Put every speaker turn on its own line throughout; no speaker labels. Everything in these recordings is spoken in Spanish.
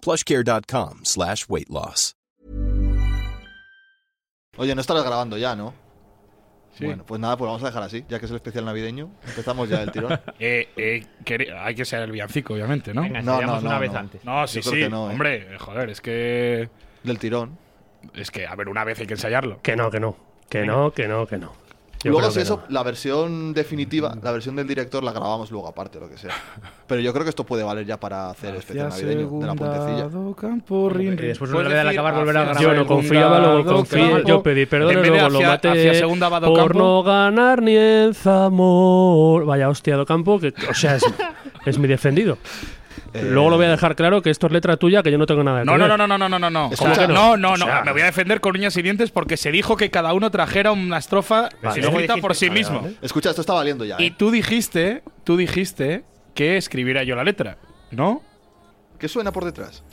plushcare.com slash weight loss.
Oye, no estarás grabando ya, ¿no?
Sí.
Bueno, pues nada, pues vamos a dejar así, ya que es el especial navideño. Empezamos ya el tirón.
Eh, eh, quere- hay que ser el villancico, obviamente, ¿no?
Venga,
No,
ensayamos
no,
una
no,
vez
no.
antes.
No, sí,
Yo creo
sí.
que no, ¿eh?
Hombre, joder, es que.
Del tirón.
Es que, a ver, una vez hay que ensayarlo.
Que no, que no. Que no, que no, que no. Yo
luego,
creo
si
que
eso,
no.
la versión definitiva, la versión del director, la grabamos luego aparte, lo que sea. Pero yo creo que esto puede valer ya para hacer especial navideño de la puentecilla.
campo, rin,
Y
rin.
después,
Puedes
una vez al
decir
acabar, volver a
hacia
grabar
Yo no
segunda
confiaba, luego
Vado
confié.
Campo.
Yo pedí
En
perdón,
vez de
luego lo
hacia- hacia
maté
segunda Vado
por
Campo.
no ganar ni en Zamor. Vaya hostia, do campo, que, o sea, es, es mi defendido. Luego lo voy a dejar claro que esto es letra tuya, que yo no tengo nada que
Eh, No,
ver.
no, no, no, no, no, no, no, no.
Escucha,
¿Cómo que no, no, no.
O sea-
me voy a defender con uñas y dientes porque se dijo que cada uno trajera una estrofa
Vale.
escrita
Luego
por sí
dijiste-
mismo.
Escucha, esto está valiendo ya.
Y
¿eh?
tú dijiste, tú dijiste que escribiera yo la letra, ¿no?
¿Qué suena por detrás?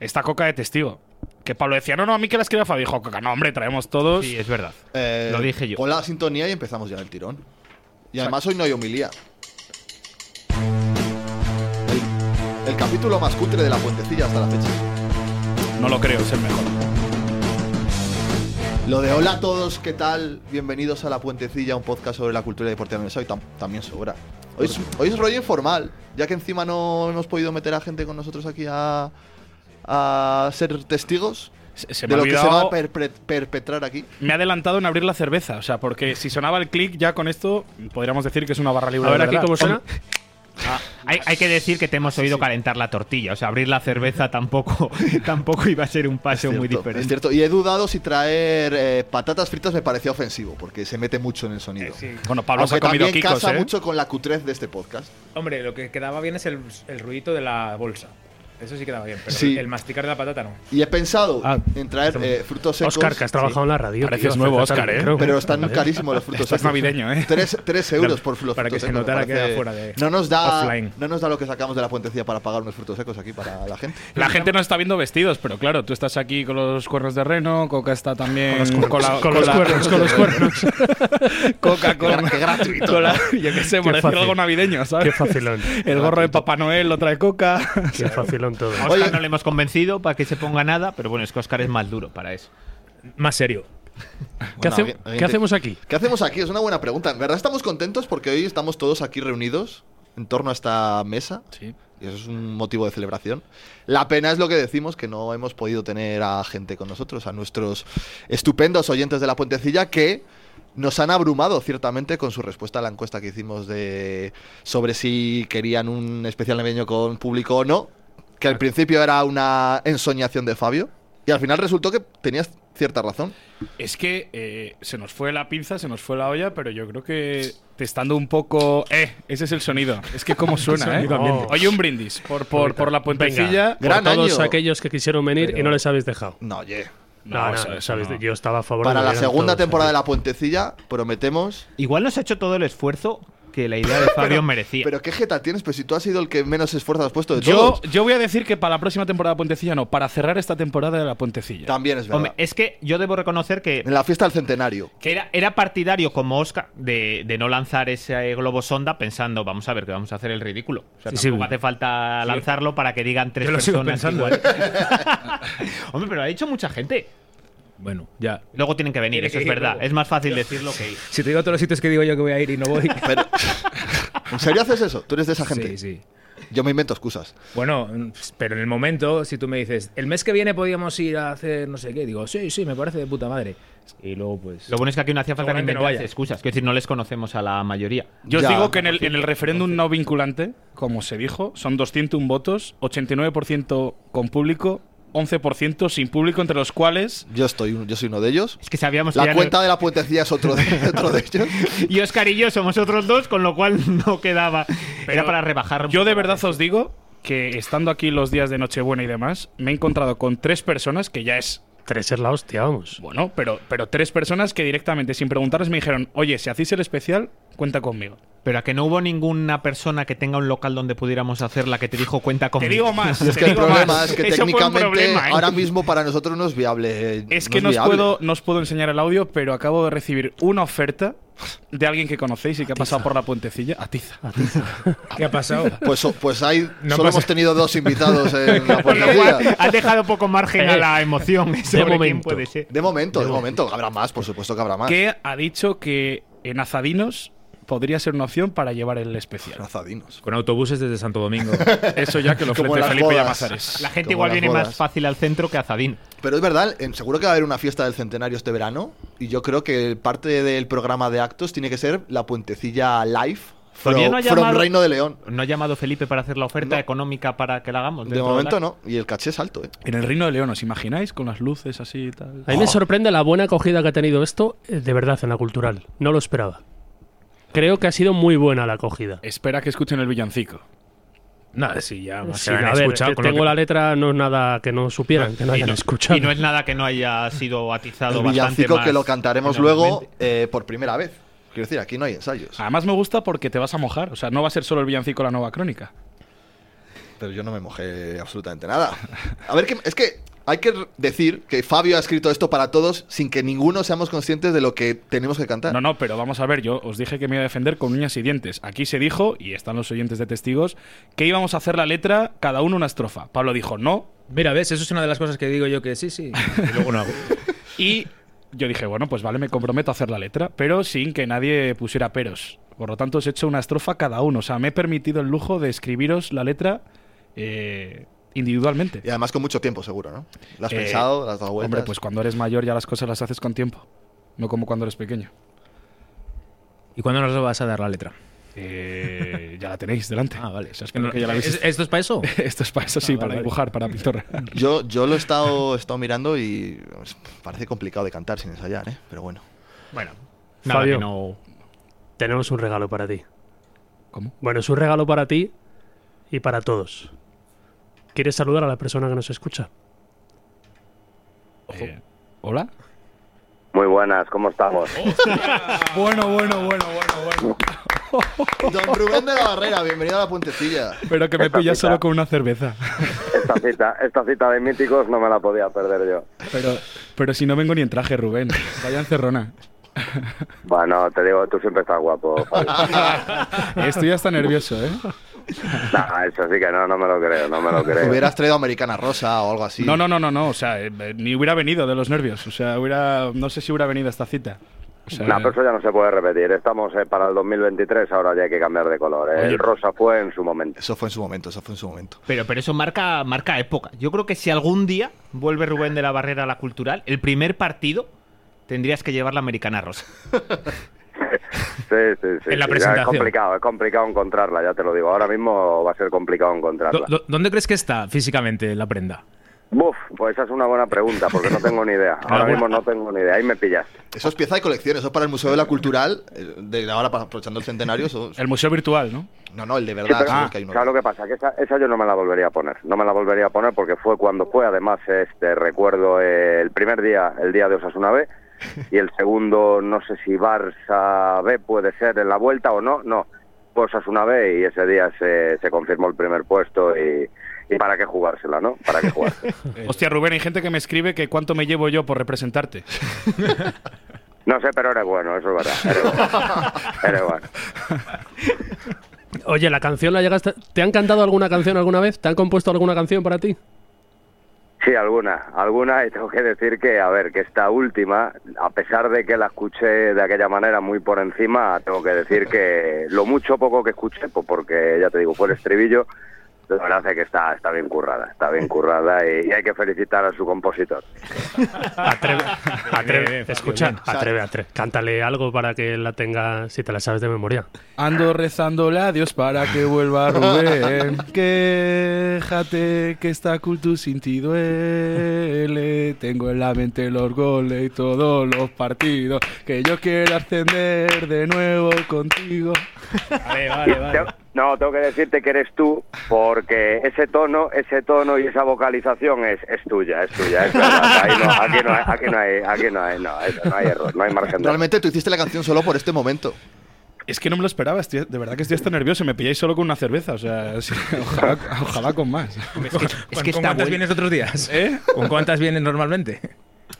Esta coca de testigo. Que Pablo decía, no, no, a mí que la escriba Fabi. Dijo, coca, no, hombre, traemos todos.
Sí, es verdad.
Eh,
Lo dije yo.
Pon la sintonía y empezamos ya el tirón. Y además hoy no hay homilía. El, el capítulo más cutre de la puentecilla hasta la fecha.
No lo creo, es el mejor.
Lo de hola a todos, ¿qué tal? Bienvenidos a La Puentecilla, un podcast sobre la cultura y deporte de Hoy tam- también sobra. Hoy es, hoy es rollo informal, ya que encima no, no hemos podido meter a gente con nosotros aquí a, a ser testigos
Se, se
de
me ha
lo que se va
olvidado.
a perpre- perpetrar aquí.
me ha adelantado en abrir la cerveza, o sea, porque si sonaba el clic ya con esto, podríamos decir que es una barra libre.
A ver
de
aquí
verdad.
cómo suena.
Hay, hay que decir que te hemos oído calentar la tortilla. O sea, abrir la cerveza tampoco, tampoco iba a ser un paso muy
Cierto, Es
diferente.
cierto, y he dudado si traer eh, patatas fritas me parecía ofensivo, porque se mete mucho en el sonido.
Eh, Bueno, Pablo se ha
Aunque
comido
también
kikos,
casa
¿eh?
mucho con la cutrez de este podcast.
Hombre, lo que quedaba bien es el, el ruidito de la bolsa. Eso sí quedaba bien, pero
Sí.
el masticar de la patata no.
Y he pensado
Ah,
en traer eh, frutos secos.
Oscar, que has trabajado en la radio.
Pareces
tío,
nuevo,
hace
Óscar,
tanto,
¿eh?
creo.
Pero están carísimos los frutos
Esto es
secos.
navideño, ¿eh?
3, euros
Claro,
por los
para
frutos
que se
secos, me
notara que era
parece-
fuera de-
no nos da
offline.
No nos da lo que sacamos de la puentecilla para pagar unos frutos secos aquí para la gente.
La gente no está viendo vestidos, pero claro, tú estás aquí con los cuernos de reno, Coca está también con, la-
Con los
la-
cuernos, con los cuernos.
Coca con,
Qué gratuito.
con la- yo qué sé, por
Qué
decir
fácil.
algo navideño, ¿sabes?
Qué facilón.
El gorro de Papá Noel lo trae Coca.
Qué facilón todo.
A Oscar no le hemos convencido para que se ponga nada, pero bueno, es que Oscar es más duro para eso.
Más serio. ¿Qué,
Bueno,
hace-
alguien- alguien
qué
te-
hacemos aquí?
¿Qué hacemos aquí? Es una buena pregunta. En verdad estamos contentos porque hoy estamos todos aquí reunidos en torno a esta mesa.
Sí.
Y eso es un motivo de celebración. La pena es lo que decimos, que no hemos podido tener a gente con nosotros, a nuestros estupendos oyentes de la puentecilla que nos han abrumado ciertamente con su respuesta a la encuesta que hicimos de sobre si querían un especial navideño con público o no, que al principio era una ensoñación de Fabio y al final resultó que tenías cierta razón.
Es que eh, se nos fue la pinza, se nos fue la olla, pero yo creo que testando un poco. ¡Eh! Ese es el sonido. Es que cómo suena, ¿eh?
Sonido ambiente.
Oye, un brindis por, por, por la puentecilla.
Por
Gran
todos
año.
aquellos que quisieron venir y no les habéis dejado.
No, oye.
No, no,
eso- eso
sabes,
no.
yo estaba a favor de
Para la
que vieran
segunda
todos, ¿eh?
temporada de
¿sabes?
la puentecilla prometemos
Igual nos ha hecho todo el esfuerzo que la idea de Fabio merecía.
Pero qué jeta tienes, pero si tú has sido el que menos esfuerzo has puesto de
Yo,
todos.
yo voy a decir que para la próxima temporada de Puentecilla no, para cerrar esta temporada de la Puentecilla.
También es verdad.
Hombre, es que yo debo reconocer que
En la fiesta del centenario.
Que era, era partidario como Oscar de, de no lanzar ese eh, globo sonda pensando, vamos a ver, que vamos a hacer el ridículo. O sea,
Sí,
tampoco
sí.
hace falta lanzarlo para que digan tres
Yo lo sigo
personas
pensando,
igual. Hombre, pero lo ha dicho mucha gente.
Bueno,
Ya.
Luego tienen que venir,
Tiene
eso
que
es
ir
verdad.
luego.
Es más fácil decirlo que ir.
si te digo todos los sitios que digo yo que voy a ir y no voy.
Pero, ¿En serio haces eso? ¿Tú eres de esa gente?
sí, sí.
Yo me invento excusas.
Bueno, pero en el momento, si tú me dices, el mes que viene podíamos ir a hacer no sé qué, digo, sí, sí, me parece de puta madre. Y luego, pues.
Lo bueno es que aquí no hacía falta que
Seguramente no
inventarse
vaya.
excusas. Quiero decir, no les conocemos a la mayoría.
Yo os
Ya,
digo que en el, en el referéndum no vinculante, como se dijo, son 201 votos, 89% con público, 11% sin público, entre los cuales
Yo, estoy, un- yo soy uno de ellos.
Es que sabíamos que
La
ya
cuenta
no-
de la puentecilla es otro de, otro de ellos.
Y Oscar y yo somos otros dos, con lo cual no quedaba. era para rebajar. un
Yo de
poco la
verdad os digo que estando aquí los días de Nochebuena y demás, me he encontrado con tres personas que ya es
Tres es la hostia, vamos.
bueno, pero, pero tres personas que directamente, sin preguntarles, me dijeron, oye, si hacéis el especial, cuenta conmigo.
Pero a que no hubo ninguna persona que tenga un local donde pudiéramos hacerla que te dijo cuenta conmigo.
Te digo más.
Y es
te
que el
digo
problema
más.
es que
Eso fue un
técnicamente
problema, ¿eh?
ahora mismo para nosotros no es viable. eh,
Es
no
que no os,
viable.
puedo, no os puedo enseñar el audio, pero acabo de recibir una oferta de alguien que conocéis y que ha pasado por la puentecilla. Atiza.
¿Qué ha pasado?
Pues, so- pues hay,
No
solo
pasa.
hemos tenido dos invitados en la
Con lo cual,
puentecilla.
Has dejado poco margen
Eh,
a la emoción. sobre quién
momento.
puede ser.
De momento, de momento. Habrá más, por supuesto que habrá más.
Que ha dicho que en Azadinos podría ser una opción para llevar el especial.
Razadinos.
Con autobuses desde Santo Domingo.
Eso ya que lo
Como
ofrece
las
Felipe
bodas.
Llamazares.
La gente
Como
igual
las
viene más
bodas.
fácil al centro que a Zadín.
Pero es verdad, en- seguro que va a haber una fiesta del centenario este verano. Y yo creo que parte del programa de actos tiene que ser la puentecilla live from,
Todavía no ha
from
llamado-
Reino de León.
¿No ha llamado Felipe para hacer la oferta económica para que la hagamos?
De
dentro la-
momento no. Y el caché es alto, ¿eh?
En el Reino de León, ¿os imagináis? Con las luces así y tal.
A mí me sorprende la buena acogida que ha tenido esto, eh, de verdad, en la cultural. No lo esperaba. Creo que ha sido muy buena la acogida.
Espera que escuchen el villancico. Pues
Nada, sí, ya. más
Sí,
se la han
a ver,
escuchado
que
con lo
tengo
que-
la letra, no es nada que no supieran, que no
Y
hayan
no,
escuchado.
y no es nada que no haya sido atizado
El
bastante
villancico
más
que lo cantaremos
enormemente.
luego eh, por primera vez. Quiero decir, aquí no hay ensayos.
Ah.
Además me gusta porque te vas a mojar. O sea, no va a ser solo el villancico la nueva crónica.
Pero yo no me mojé absolutamente nada. A ver, que, es que hay que r- decir que Fabio ha escrito esto para todos sin que ninguno seamos conscientes de lo que tenemos que cantar.
No, no, pero vamos a ver, yo os dije que me iba a defender con uñas y dientes. Aquí se dijo, y están los oyentes de testigos, que íbamos a hacer la letra, cada uno una estrofa. Pablo dijo no,
Mira, ves, eso es una de las cosas que digo yo que sí, sí. Y luego no hago.
y yo dije, bueno, pues vale, me comprometo a hacer la letra, pero sin que nadie pusiera peros. Por lo tanto, os he hecho una estrofa cada uno. O sea, me he permitido el lujo de escribiros la letra eh, individualmente.
Y además con mucho tiempo, seguro, ¿no? ¿Lo has
Eh,
pensado? ¿Lo has dado vueltas?
Hombre, pues cuando eres mayor ya las cosas las haces con tiempo. No como cuando eres pequeño.
¿Y cuándo nos vas a dar la letra?
Eh, ya la tenéis delante.
Ah, vale.
O sea,
Es
es que no- ya la habéis-
¿Es- ¿Esto es para eso?
Esto es para eso, sí,
Ah, vale,
para
vale.
dibujar, para pintor.
Yo, yo lo he estado, he estado mirando y pues, parece complicado de cantar sin ensayar, ¿eh? Pero bueno.
Bueno, nada
Fabio.
que no.
Tenemos un regalo para ti.
¿Cómo?
Bueno, es un regalo para ti y para todos. ¿Quieres saludar a la persona que nos escucha?
Eh, ¿Hola?
Muy buenas, ¿cómo estamos?
Bueno, bueno, bueno, bueno, bueno.
Don Rubén de la Barrera, bienvenido a la puentecilla.
Pero que me
Esta
pillas
cita.
solo con una cerveza.
Esta cita, esta cita de míticos no me la podía perder yo.
Pero, pero si no vengo ni en traje, Rubén. Vaya encerrona.
Bueno, te digo, tú siempre estás guapo. Fabio.
Estoy hasta nervioso, ¿eh?
Nah, eso sí que no, no me lo creo, no me lo
Te
creo.
hubieras traído Americana Rosa o algo así.
No, no, no, no, no. O sea, eh, eh, ni hubiera venido de los nervios. O sea, hubiera, no sé si hubiera venido a esta cita. O sea,
Nah, pero eso ya no se puede repetir. Estamos eh, para el 2023, ahora ya hay que cambiar de color. eh. El rosa fue en su momento.
Eso fue en su momento, eso fue en su momento.
Pero, pero eso marca, marca época. Yo creo que si algún día vuelve Rubén de la Barrera a la cultural, el primer partido tendrías que llevar la americana rosa.
Sí, sí, sí.
En la
sí, ya es
presentación.
complicado, es complicado encontrarla, ya te lo digo. Ahora mismo va a ser complicado encontrarla.
¿Dó- dó- ¿Dónde crees que está físicamente la prenda?
Buf, pues esa es una buena pregunta, porque no tengo ni idea. Ahora mismo no tengo ni idea, ahí me pillas.
Eso es pieza de colección, eso para el Museo de la Cultural, eh, de ahora para- aprovechando el centenario. eso-
El museo virtual, ¿no?
no, no, el de
Sí,
verdad.
pero- ah,
eso es Ah, que hay uno.
¿Sabes lo que pasa? Que esa, esa yo no me la volvería a poner. No me la volvería a poner porque fue cuando fue. Además, este recuerdo eh, el primer día, el día de Osasuna B, y el segundo, no sé si Barça B puede ser en la vuelta o no. No, cosas una vez y ese día se, se confirmó el primer puesto y, y para qué jugársela, ¿no? Para qué jugársela.
Hostia, Rubén, hay gente que me escribe que cuánto me llevo yo por representarte.
No sé, pero eres bueno, eso es verdad. Eres bueno. Eres bueno.
Oye, la canción la llegaste. ¿Te han cantado alguna canción alguna vez? ¿Te han compuesto alguna canción para ti?
Sí, alguna, alguna, y tengo que decir que, a ver, que esta última, a pesar de que la escuché de aquella manera muy por encima, tengo que decir que lo mucho o poco que escuché, pues porque ya te digo, fue el estribillo, la verdad es que está, está bien currada, está bien currada y, y hay que felicitar a su compositor.
Atreve, atreve,
bien, Fabio,
escucha,
bien.
atreve, atreve. Cántale algo para que la tenga, si te la sabes de memoria.
Ando rezándole a Dios para que vuelva Rubén. Quéjate que esta cultura sin ti duele. Tengo en la mente los goles y todos los partidos. Que yo quiero ascender de nuevo contigo.
Vale, vale, vale.
Tengo- No, tengo que decirte que eres tú, porque ese tono, ese tono y esa vocalización es, es tuya, es tuya, es verdad. Ahí no- aquí, no hay, aquí no hay, aquí no hay, no, eso, no hay error, no hay margen de error.
Realmente tú hiciste la canción solo por este momento.
Es que no me lo esperaba, estoy- de verdad que estoy hasta nervioso. Me pilláis solo con una cerveza, o sea, sí, ojalá, ojalá con más.
Es que, es
¿Con-
que
con
está
cuántas
bueno.
vienes otros días?
¿Eh?
¿Con cuántas vienes normalmente?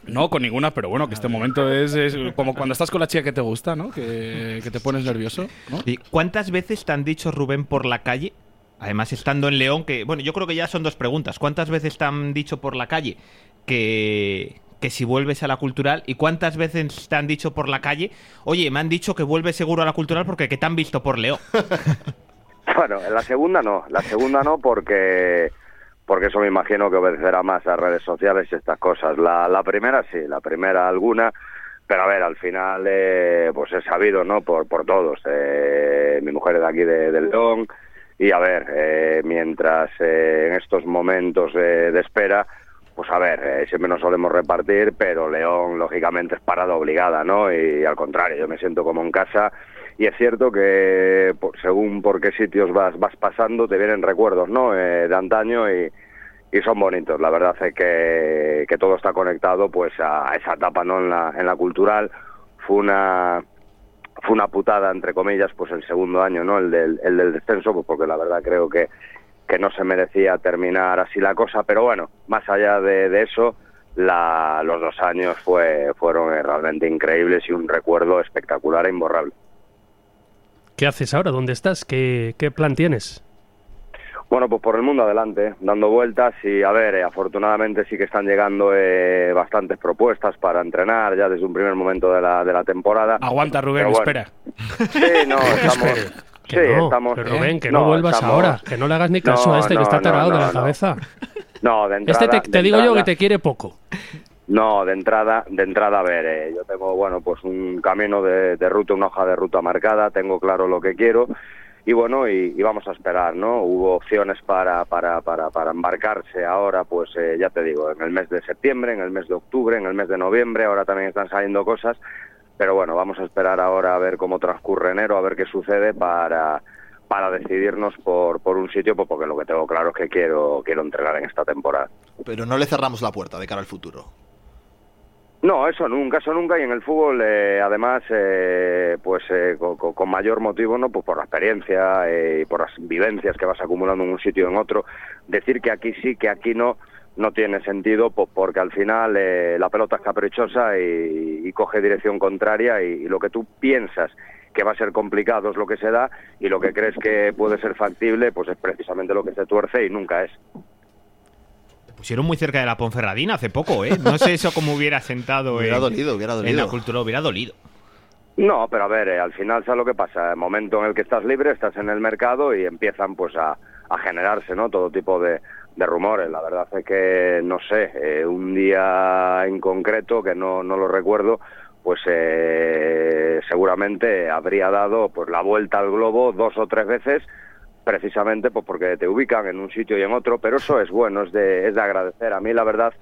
No, con ninguna, pero bueno, que este momento es, es como cuando estás con la chica que te gusta, ¿no? Que, que te pones nervioso, ¿no?
¿Y ¿Cuántas veces te han dicho Rubén por la calle? Además, estando en León, que. Bueno, yo creo que ya son dos preguntas. ¿Cuántas veces te han dicho por la calle que, que si vuelves a la cultural? ¿Y cuántas veces te han dicho por la calle? Oye, me han dicho que vuelves seguro a la cultural porque que te han visto por León.
Bueno, en la segunda no, la segunda no porque porque eso me imagino que obedecerá más a redes sociales y estas cosas. La, la primera sí, la primera alguna, pero a ver, al final eh, pues es sabido, ¿no? Por, por todos. Eh, mi mujer es de aquí, de, del León, y a ver, eh, mientras eh, en estos momentos eh, de espera, pues a ver, eh, siempre nos solemos repartir, pero León, lógicamente, es parada obligada, ¿no? Y al contrario, yo me siento como en casa. Y es cierto que por- según por qué sitios vas, vas pasando, te vienen recuerdos, ¿no? Eh, de antaño y, y son bonitos. La verdad es que, que todo está conectado pues a, a esa etapa, ¿no? En la, en la cultural fue una fue una putada entre comillas pues el segundo año no el del, el del descenso pues porque la verdad creo que, que no se merecía terminar así la cosa pero bueno más allá de, de eso la, los dos años fue, fueron eh, realmente increíbles y un recuerdo espectacular e imborrable
¿Qué haces ahora? ¿Dónde estás? ¿Qué, qué plan tienes?
Bueno, pues por el mundo adelante, dando vueltas y a ver, eh, afortunadamente sí que están llegando eh, bastantes propuestas para entrenar ya desde un primer momento de la, de la temporada.
Aguanta, Rubén,
Pero bueno.
espera.
Sí, no, estamos...
Que
sí,
no,
estamos...
pero Rubén, que no, vuelvas
estamos-
ahora, que no le hagas ni caso
No,
a este que
no,
está
no,
tarado de
no,
la
no.
cabeza.
No, de entrada...
este te, te
de
digo yo que
entrada-
te quiere poco.
No, de entrada, de entrada, a ver, eh, yo tengo, bueno, pues un camino de, de ruta, una hoja de ruta marcada, tengo claro lo que quiero y bueno, y, y vamos a esperar, ¿no? Hubo opciones para, para, para, para embarcarse ahora, pues eh, ya te digo, en el mes de septiembre, en el mes de octubre, en el mes de noviembre, ahora también están saliendo cosas, pero bueno, vamos a esperar ahora a ver cómo transcurre enero, a ver qué sucede para para decidirnos por, por un sitio, pues porque lo que tengo claro es que quiero, quiero entrenar en esta temporada.
Pero no le cerramos la puerta de cara al futuro.
No, eso nunca, eso nunca. Y en el fútbol, eh, además, eh, pues eh, co- co- con, mayor motivo, ¿no? Pues por la experiencia eh, y por las vivencias que vas acumulando en un sitio o en otro. Decir que aquí sí, que aquí no, no tiene sentido, pues porque al final eh, la pelota es caprichosa y, y coge dirección contraria y, y lo que tú piensas que va a ser complicado es lo que se da y lo que crees que puede ser factible, pues es precisamente lo que se tuerce y nunca es.
Te pusieron muy cerca de la Ponferradina hace poco, ¿eh? No sé eso cómo hubiera sentado
Hubiera
en,
dolido, hubiera
en la
dolido.
cultura, hubiera dolido.
No, pero a ver, eh, al final, ¿sabes lo que pasa? El momento en el que estás libre, estás en el mercado y empiezan pues a, a generarse ¿no? todo tipo de, de rumores. La verdad es que, no sé, eh, un día en concreto, que no, no lo recuerdo, pues eh, seguramente habría dado pues la vuelta al globo dos o tres veces precisamente pues porque te ubican en un sitio y en otro, pero eso es bueno, es de, es de agradecer. A mí la verdad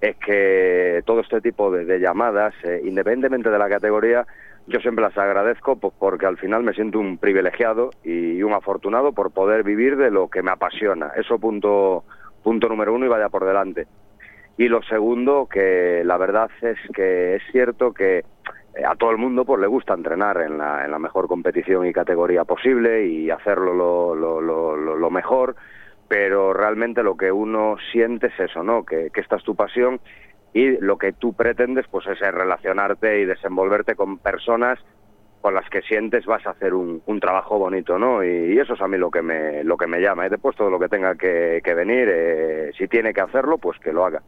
es que todo este tipo de, de llamadas, eh, independientemente de la categoría, yo siempre las agradezco pues, porque al final me siento un privilegiado y un afortunado por poder vivir de lo que me apasiona. Eso punto, punto número uno y vaya por delante. Y lo segundo, que la verdad es que es cierto que eh, a todo el mundo pues le gusta entrenar en la, en la mejor competición y categoría posible y hacerlo lo, lo- lo- lo- lo mejor, pero realmente lo que uno siente es eso, ¿no? Que, que esta es tu pasión y lo que tú pretendes pues es eh, relacionarte y desenvolverte con personas con las que sientes vas a hacer un, un trabajo bonito, ¿no? Y, y eso es a mí lo que me, lo que me llama. Y después todo lo que tenga que, que venir, eh, si tiene que hacerlo, pues que lo haga.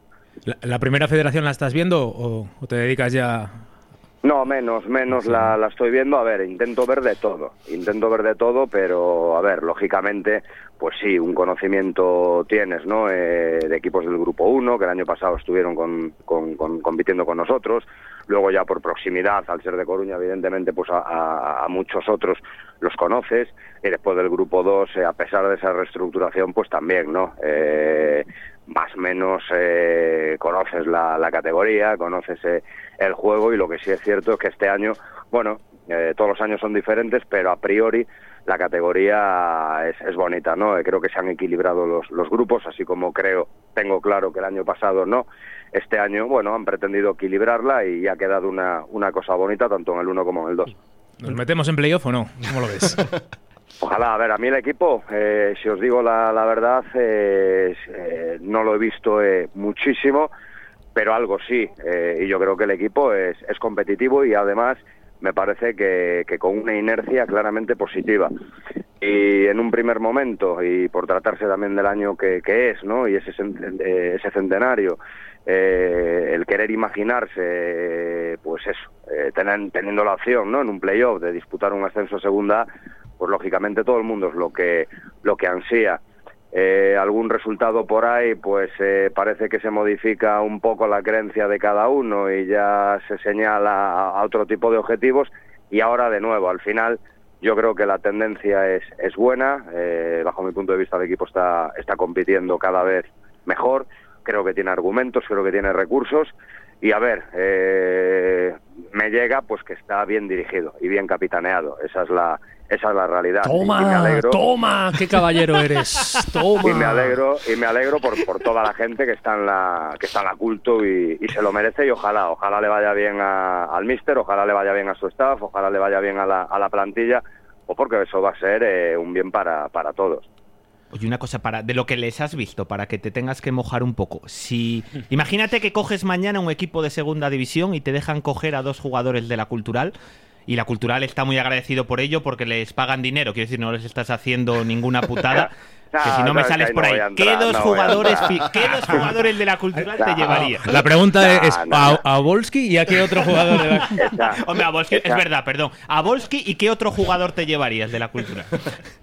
¿La, la primera federación la estás viendo o, o te dedicas ya?
No, menos, menos la, la estoy viendo. A ver, intento ver de todo. Intento ver de todo, pero, a ver, lógicamente, pues sí, un conocimiento tienes, ¿no? Eh, de equipos del Grupo 1, que el año pasado estuvieron con- con- con- compitiendo con nosotros. Luego ya por proximidad, al ser de Coruña, evidentemente, pues a, a- a muchos otros los conoces. Y después del Grupo 2, eh, a pesar de esa reestructuración, pues también, ¿no? Eh, más o menos eh, conoces la, la categoría, conoces eh, el juego y lo que sí es cierto es que este año, bueno, eh, todos los años son diferentes, pero a priori la categoría es, es bonita, ¿no? Eh, Creo que se han equilibrado los, los grupos, así como creo, tengo claro que el año pasado no. Este año, bueno, han pretendido equilibrarla y ha quedado una, una cosa bonita tanto en el 1 como en el 2.
¿Nos metemos en playoff o no? ¿Cómo lo ves?
Ojalá, a ver, a mí el equipo, eh, si os digo la, la verdad, eh, es, eh, no lo he visto eh, muchísimo, pero algo sí, eh, y yo creo que el equipo es, es competitivo y además me parece que, que con una inercia claramente positiva. Y en un primer momento, y por tratarse también del año que, que es, ¿no? Y ese, cen- eh, ese centenario, eh, el querer imaginarse, eh, pues eso, eh, tener- teniendo la opción, ¿no? En un playoff de disputar un ascenso a segunda, pues lógicamente todo el mundo es lo que, lo que ansía. Eh, algún resultado por ahí, pues eh, parece que se modifica un poco la creencia de cada uno y ya se señala a otro tipo de objetivos. Y ahora de nuevo, al final, yo creo que la tendencia es, es buena. Eh, bajo mi punto de vista, el equipo está, está compitiendo cada vez mejor. Creo que tiene argumentos, creo que tiene recursos. Y a ver, eh, me llega pues que está bien dirigido y bien capitaneado. Esa es la, esa es la realidad. Y- y Ah, me
Toma,
alegro-
toma, qué caballero eres. Toma.
y
Ah.
me alegro y me alegro por, por toda la gente que está en la que está en la culto y, y se lo merece y ojalá ojalá le vaya bien a- al míster ojalá le vaya bien a su staff ojalá le vaya bien a la, a la plantilla o porque eso va a ser eh, un bien para, para todos
Oye, una cosa, para, de lo que les has visto, para que te tengas que mojar un poco. Si Imagínate que coges mañana un equipo de segunda división y te dejan coger a dos jugadores de la cultural. Y la cultural está muy agradecido por ello porque les pagan dinero. Quiero decir, no les estás haciendo ninguna putada.
No,
que si no me
no,
sales
ahí
por
no
ahí,
voy a
¿qué,
entrar,
dos
no voy a
jugadores, fi-
entrar.
¿qué dos jugadores de la cultural te
No.
llevaría?
La pregunta
No,
es,
no,
¿a,
no.
a Wolski y a qué otro jugador de la...
Esa-
Hombre, a Volsky, es
esa-
verdad, perdón. A Volsky y qué otro jugador te llevarías de la cultural.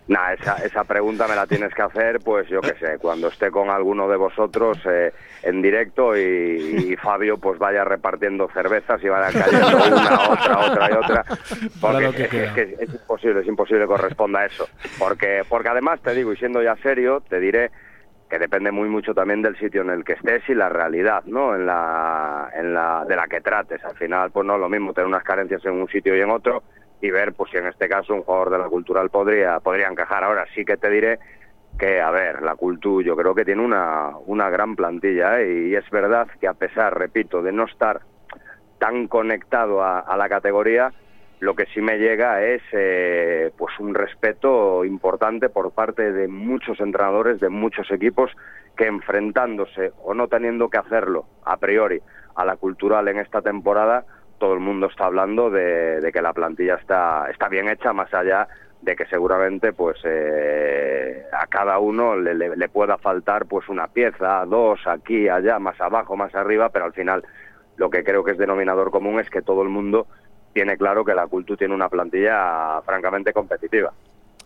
Nah, esa, esa pregunta me la tienes que hacer, pues yo qué sé, cuando esté con alguno de vosotros eh, en directo y, y Fabio pues vaya repartiendo cervezas y vaya cayendo una, otra, otra y otra.
Para
Porque
lo
es,
que
es
queda.
que es- es imposible, es imposible que os responda a eso. Porque, porque además te digo, y siendo ya serio, te diré que depende muy mucho también del sitio en el que estés y la realidad, ¿no? En la, en la, de la que trates. Al final, pues no es lo mismo tener unas carencias en un sitio y en otro y ver, pues si en este caso un jugador de la cultural podría, podría encajar. Ahora sí que te diré que, a ver, la cultura yo creo que tiene una, una gran plantilla ¿eh? y es verdad que a pesar, repito, de no estar tan conectado a, a la categoría, lo que sí me llega es eh, pues un respeto importante por parte de muchos entrenadores, de muchos equipos que enfrentándose o no teniendo que hacerlo a priori a la cultural en esta temporada, todo el mundo está hablando de, de que la plantilla está, está bien hecha, más allá de que seguramente pues eh, a cada uno le, le- le pueda faltar pues una pieza, dos, aquí, allá, más abajo, más arriba, pero al final lo que creo que es denominador común es que todo el mundo tiene claro que la Cultu tiene una plantilla francamente competitiva.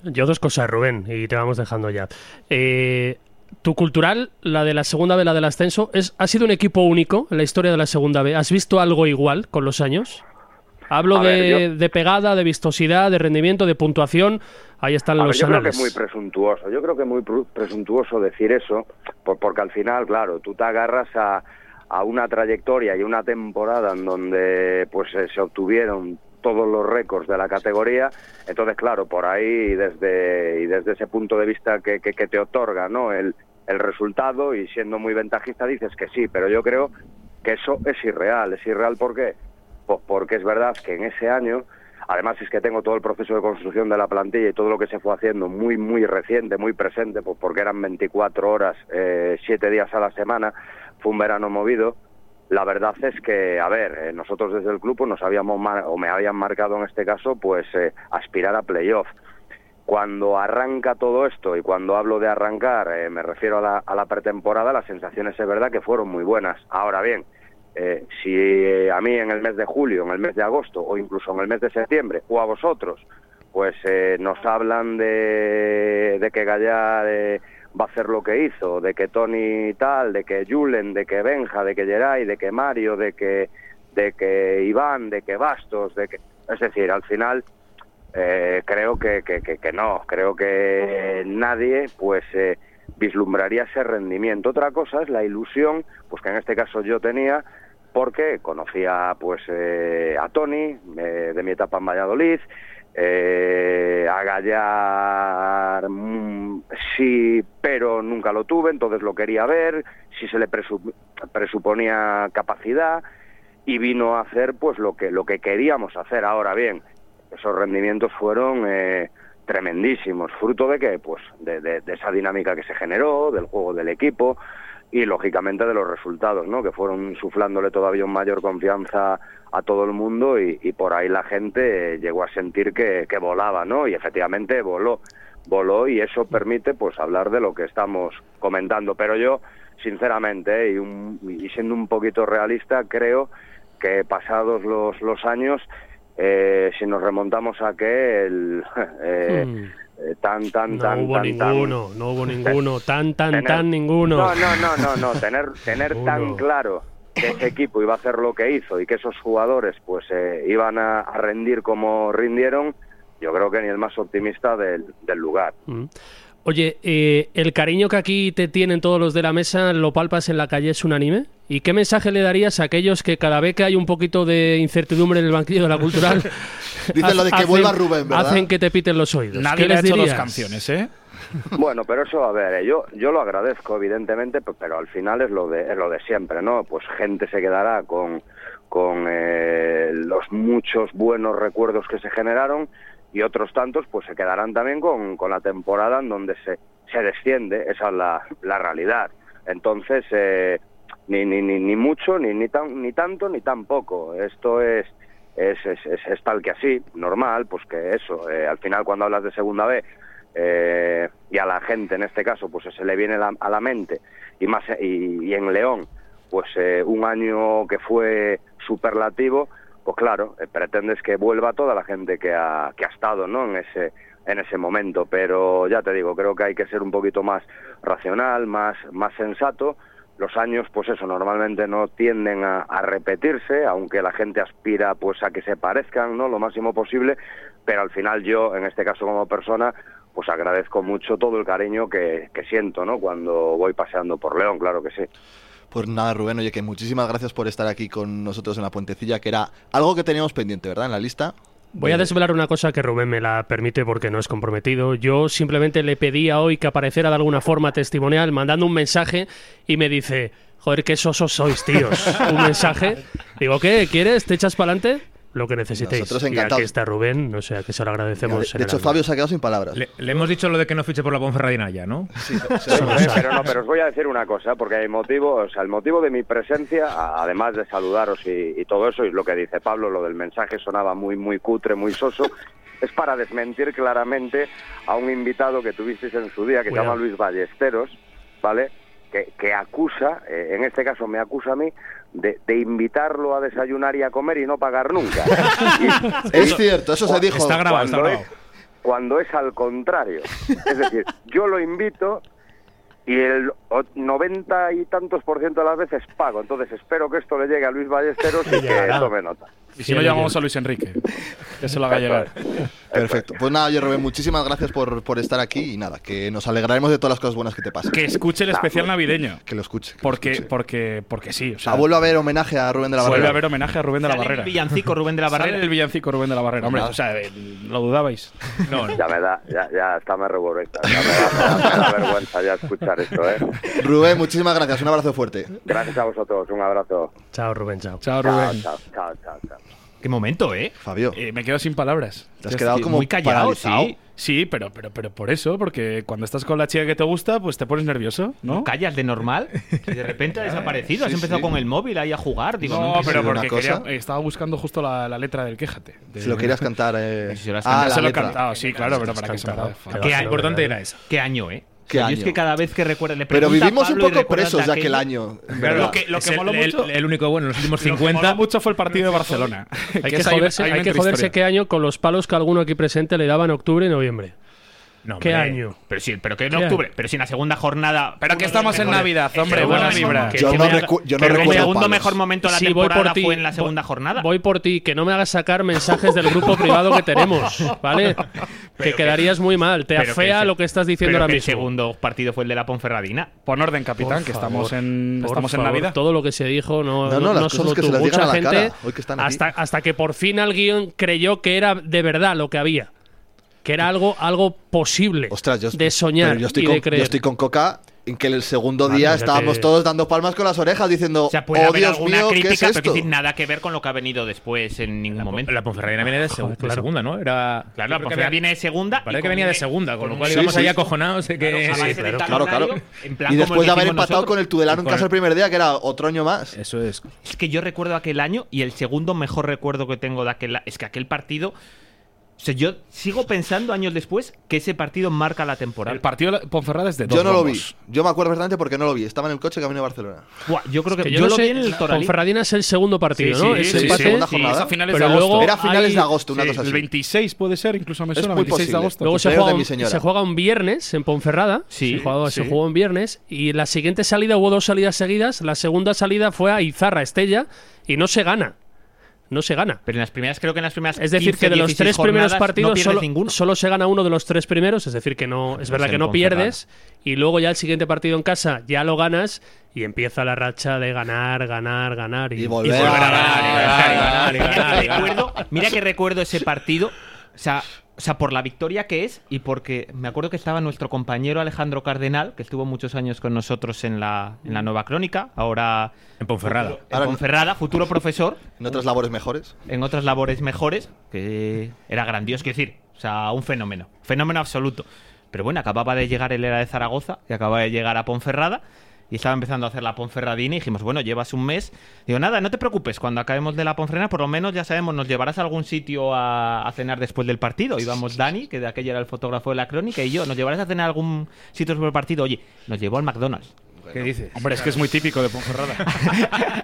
Yo dos cosas, Rubén, y te vamos dejando ya. Eh, tu cultural, la de la segunda B, la del ascenso, es, ha sido un equipo único en la historia de la segunda B. ¿Has visto algo igual con los años? Hablo
A
de,
ver, yo-
de pegada, de vistosidad, de rendimiento, de puntuación. Ahí están
A ver,
los
yo creo que
anales.
es muy presuntuoso, yo creo que es muy pru- presuntuoso decir eso, por- porque al final, claro, tú te agarras a, a una trayectoria y una temporada en donde pues eh, se obtuvieron todos los récords de la categoría, entonces claro, por ahí desde, y desde ese punto de vista que, que- que te otorga ¿no? el, el resultado y siendo muy ventajista dices que sí, pero yo creo que eso es irreal, es irreal porque po- porque es verdad que en ese año, además es que tengo todo el proceso de construcción de la plantilla y todo lo que se fue haciendo muy, muy reciente, muy presente, pues porque eran 24 horas, 7 días a la semana, fue un verano movido. La verdad es que, a ver, eh, nosotros desde el club pues, nos habíamos, mar- o me habían marcado en este caso, pues eh, aspirar a playoff cuando arranca todo esto, y cuando hablo de arrancar eh, me refiero a la, a la pretemporada, las sensaciones es verdad que fueron muy buenas. Ahora bien, eh, si a mí en el mes de julio, en el mes de agosto o incluso en el mes de septiembre, o a vosotros, pues eh, nos hablan de, de que Gallar eh, va a hacer lo que hizo, de que Tony tal, de que Julen, de que Benja, de que Geray, de que Mario, de que, de que Iván, de que Bastos, de que... Es decir, al final... Eh, creo que, que, que- que no, creo que nadie pues eh, vislumbraría ese rendimiento. Otra cosa es la ilusión, pues que en este caso yo tenía, porque conocía pues eh, a Tony eh, de mi etapa en Valladolid, eh, a Gallar mm, sí, pero nunca lo tuve, entonces lo quería ver, si se le presu- presuponía capacidad y vino a hacer pues lo que lo que queríamos hacer. Ahora bien, esos rendimientos fueron eh, tremendísimos, fruto de que, pues, de, de- de esa dinámica que se generó, del juego del equipo y lógicamente de los resultados, ¿no? Que fueron insuflándole todavía una mayor confianza a todo el mundo y, y por ahí la gente eh, llegó a sentir que, que volaba, ¿no? Y efectivamente voló, voló y eso permite, pues, hablar de lo que estamos comentando. Pero yo, sinceramente, eh, y, un- y siendo un poquito realista, creo que pasados los, los años eh, si nos remontamos a que el eh,
Mm.
eh, tan tan
No
tan
hubo
tan, tan-
ninguno, no hubo ninguno, tan, tan,
Tener-
tan, ninguno.
no no no no no tener tener tan
Ninguno.
claro que ese equipo iba a hacer lo que hizo y que esos jugadores pues eh, iban a, a rendir como rindieron yo creo que ni el más optimista del, del lugar
Mm. Oye, eh, ¿el cariño que aquí te tienen todos los de la mesa lo palpas en la calle es unánime? ¿Y qué mensaje le darías a aquellos que cada vez que hay un poquito de incertidumbre en el banquillo de la cultural...
Dicen lo de que
hacen-
vuelva Rubén, ¿verdad?
Hacen que te piten los oídos.
Nadie
¿Qué
le ha
les
hecho dos
dirías?
canciones, ¿eh?
Bueno, pero eso, a ver, eh, yo, yo lo agradezco, evidentemente, pe- pero al final es lo de, es lo de siempre, ¿no? Pues gente se quedará con, con eh, los muchos buenos recuerdos que se generaron y otros tantos, pues se quedarán también con, con la temporada en donde se, se desciende, esa es la, la realidad. Entonces, eh, ni, ni, ni, ni mucho, ni, ni, tan, ni tanto, ni tan poco. Esto es, es, es, es- es tal que así, normal, pues que eso, eh, al final cuando hablas de segunda B eh, y a la gente en este caso, pues se le viene la- a la mente, y, más, y, y en León, pues eh, un año que fue superlativo, pues claro, eh, pretendes que vuelva toda la gente que ha, que ha estado ¿no? en, ese, en ese momento, pero ya te digo, creo que hay que ser un poquito más racional, más, más sensato, los años, pues eso, normalmente no tienden a, a repetirse, aunque la gente aspira pues a que se parezcan, ¿no? Lo máximo posible, pero al final yo, en este caso como persona, pues agradezco mucho todo el cariño que, que siento, ¿no? Cuando voy paseando por León, claro que sí.
Pues nada, Rubén, oye, que muchísimas gracias por estar aquí con nosotros en la puentecilla, que era algo que teníamos pendiente, ¿verdad? En la lista.
Voy a
De-
desvelar una cosa que Rubén me la permite porque no es comprometido. Yo simplemente le pedía hoy que apareciera de alguna forma testimonial mandando un mensaje y me dice, joder, qué sosos sois, tíos. un mensaje. Digo, ¿qué? ¿Quieres? ¿Te echas para adelante? Lo que necesitéis.
Nosotros
y
encantados.
aquí está Rubén, no sé, a qué se lo agradecemos.
de
en el
hecho,
alma.
Fabio se ha quedado sin palabras.
Le, le hemos dicho lo de que no fiche por la Ponferradina ya, ¿no?
Eh, pero no, pero os voy a decir una cosa, porque el motivo, o sea, el motivo de mi presencia, a- además de saludaros y, y todo eso, y lo que dice Pablo, lo del mensaje sonaba muy, muy cutre, muy soso, es para desmentir claramente a un invitado que tuvisteis en su día, que se
Cuidado.
llama Luis Ballesteros, ¿vale? Que, que acusa, eh, en este caso me acusa a mí, de, de invitarlo a desayunar y a comer y no pagar nunca. Y-
Es cierto, eso se dijo.
Está grabado, está
cuando
grabado.
es, cuando es al contrario. Es decir, yo lo invito y el o- 90 y tantos por ciento de las veces pago. Entonces espero que esto le llegue a Luis Ballesteros y que
Llegará.
tome nota.
Y si no llamamos a Luis Enrique, que se lo haga llegar.
Perfecto. Pues nada, oye, Rubén, muchísimas gracias por, por estar aquí y nada, que nos alegraremos de todas las cosas buenas que te pasen.
Que escuche el especial navideño.
Que lo escuche. que lo
Porque,
escuche.
porque, porque sí. O sea,
Ah, vuelve a haber homenaje a Rubén de la
vuelve
Barrera.
a haber homenaje a Rubén de la
Sale el
Barrera.
villancico Rubén de la
Sale
Barrera.
el villancico Rubén de la Barrera, hombre.
Nada.
O sea, eh, lo dudabais.
No, no.
Ya me da, ya, ya está me ruboriza, ya me da, me da vergüenza ya escuchar esto, ¿eh?
Rubén, muchísimas gracias. Un abrazo fuerte.
Gracias a vosotros, un abrazo.
Chao, Rubén, chao.
Chao,
Chao,
Rubén.
chao, chao, chao, chao.
Qué momento, ¿eh?
Fabio,
Eh, me quedo sin palabras.
te has quedado como
muy callado,
paralizado.
sí.
Sí, pero, pero, pero por eso, porque cuando estás con la chica que te gusta, pues te pones nervioso, ¿no?
Callas de normal y de repente ha desaparecido. Has
Sí,
empezado
sí.
con el móvil ahí a jugar. Digo,
No,
no,
pero
una
porque
cosa?
quería- eh, estaba buscando justo la, la letra del quéjate. De-
Si lo querías cantar. eh,
Si se lo has
ah,
cantado,
la
Se lo he
letra.
cantado, sí, claro, pero para que se me
Cantado.
acabe.
Qué
Qué
vacilón,
importante
¿verdad?
era esa.
qué año, ¿eh?
Qué
Yo es
año.
que cada vez que recuerdo. le
Pero
pregunto a
vivimos un
Pablo y
poco
recuerdas
presos ya
de
aquel año.
Claro,
¿verdad?
lo que- lo que
Es el-
moló
el,
mucho-
el único bueno en los últimos
Lo que moló
50.
mucho fue el partido de Barcelona.
Hay que,
es ahí-
joderse,
ahí
hay
viene
que
tu
joderse
historia.
qué año con los palos que alguno aquí presente le daba en octubre y noviembre.
No,
¿Qué
hombre.
año?
Pero sí, pero que en
¿Qué
octubre,
año?
pero si en la segunda jornada.
Pero que estamos en Navidad, hombre, buena vibra.
Yo no recu- yo no
El
recuerdo
segundo
palos.
mejor momento de la
Sí, voy
temporada
por ti.
fue en la
Voy-
segunda jornada.
Voy por ti, que no me hagas sacar mensajes del grupo privado que tenemos, ¿vale? que quedarías muy mal, te
Pero que
afea
el se-
lo que estás diciendo
pero
ahora
que
mismo.
El segundo partido fue el de la Ponferradina.
Pon orden, capitán,
Por
que
favor,
estamos en,
por
estamos en
favor,
Navidad.
Todo lo que se dijo, no,
No, no,
no,
las
no
cosas
solo
que
tú,
se las digan
mucha
a la
gente.
cara, hoy que están aquí.
hasta, hasta que por fin alguien creyó que era de verdad lo que había. Que era algo, algo posible
Ostras, yo,
de soñar
pero yo estoy
y
con,
de creer.
yo estoy con Coca en que el segundo día
Bueno, ya
estábamos
te-
todos dando palmas con las orejas diciendo,
O sea, puede
oh
haber
Dios
alguna
mío, ¿qué
crítica,
es
pero
esto?
quiero decir, nada que ver con lo que ha venido después en ningún momento.
La Ponferradina viene de, seg- de
claro.
segunda, ¿no? Era.
claro, la
Creo que
Ponferradina
había-
viene de segunda. y
Parece que
con
venía de
un-
segunda, con lo
un-
cual
Sí,
íbamos
sí,
ahí
sí.
acojonados de
Claro,
que.
a base
Sí,
de
claro.
Claro, claro.
calendario, en plan
Y
como
después
el
de
que
haber
hicimos
empatado con
nosotros.
el Tudelano en
Con
casa
el-
el primer día, que era otro año más.
Eso es.
Es que yo recuerdo aquel año y el segundo mejor recuerdo que tengo de aquel es que aquel partido. O sea, yo sigo pensando años después que ese partido marca la temporada.
El partido de la- Ponferrada es de dos
Yo no lo vi.
bombos.
Yo me acuerdo perfectamente porque no lo vi. Estaba en el coche camino a Barcelona.
Buah, yo creo que,
Que
yo,
no
lo
sé,
vi en el Toralín.
Ferradina es el segundo partido,
Sí,
¿no?
sí,
Es
sí,
empate.
sí,
segunda
sí,
jornada.
es a finales
Pero
de agosto.
luego-
Era finales
hay-
de agosto, una
Sí,
cosa así.
El 26 puede ser, incluso me
Es
suena,
muy
26 de
posible.
agosto.
Luego se
cumpleaños
juega,
de mi
un,
señora.
se juega un viernes en Ponferrada.
Sí,
se, jugó, se
sí.
jugó un viernes. Y la siguiente salida hubo dos salidas seguidas. La segunda salida fue a Izarra, Estella. Y no se gana. No se gana.
Pero en las primeras, creo que en las primeras.
Es decir,
15,
que de los
16
tres primeros
jornadas
partidos
no pierdes
solo,
ninguno.
solo se gana uno de los tres primeros. Es decir, que no es verdad
en
que no
Ponferrada.
pierdes. Y luego ya el siguiente partido en casa ya lo ganas. Y empieza la racha de ganar, ganar, ganar. Y,
Y volver a
ganar,
ganar, y ganar, y ganar, y
Mira que
ganar.
recuerdo- Mira que recuerdo ese partido. O sea, o sea, por la victoria que es y porque me acuerdo que estaba nuestro compañero Alejandro Cardenal, que estuvo muchos años con nosotros en la, en la Nueva Crónica, ahora
En Ponferrada.
en
Ahora-
Ponferrada, futuro profesor,
En otras labores mejores.
en otras labores mejores, que era grandioso, quiero decir, o sea, un fenómeno, fenómeno absoluto. Pero bueno, acababa de llegar, él era de Zaragoza, y acababa de llegar a Ponferrada, y estaba empezando a hacer la Ponferradina, y dijimos, bueno, llevas un mes. Digo, nada, no te preocupes, cuando acabemos de la Ponferrada, por lo menos ya sabemos, nos llevarás a algún sitio a, a cenar después del partido. Íbamos Dani, que de aquella era el fotógrafo de la crónica, y yo, nos llevarás a cenar a algún sitio después del partido. Oye, nos llevó al McDonald's.
¿Qué dices?
Hombre, es que es muy típico de Ponferrada.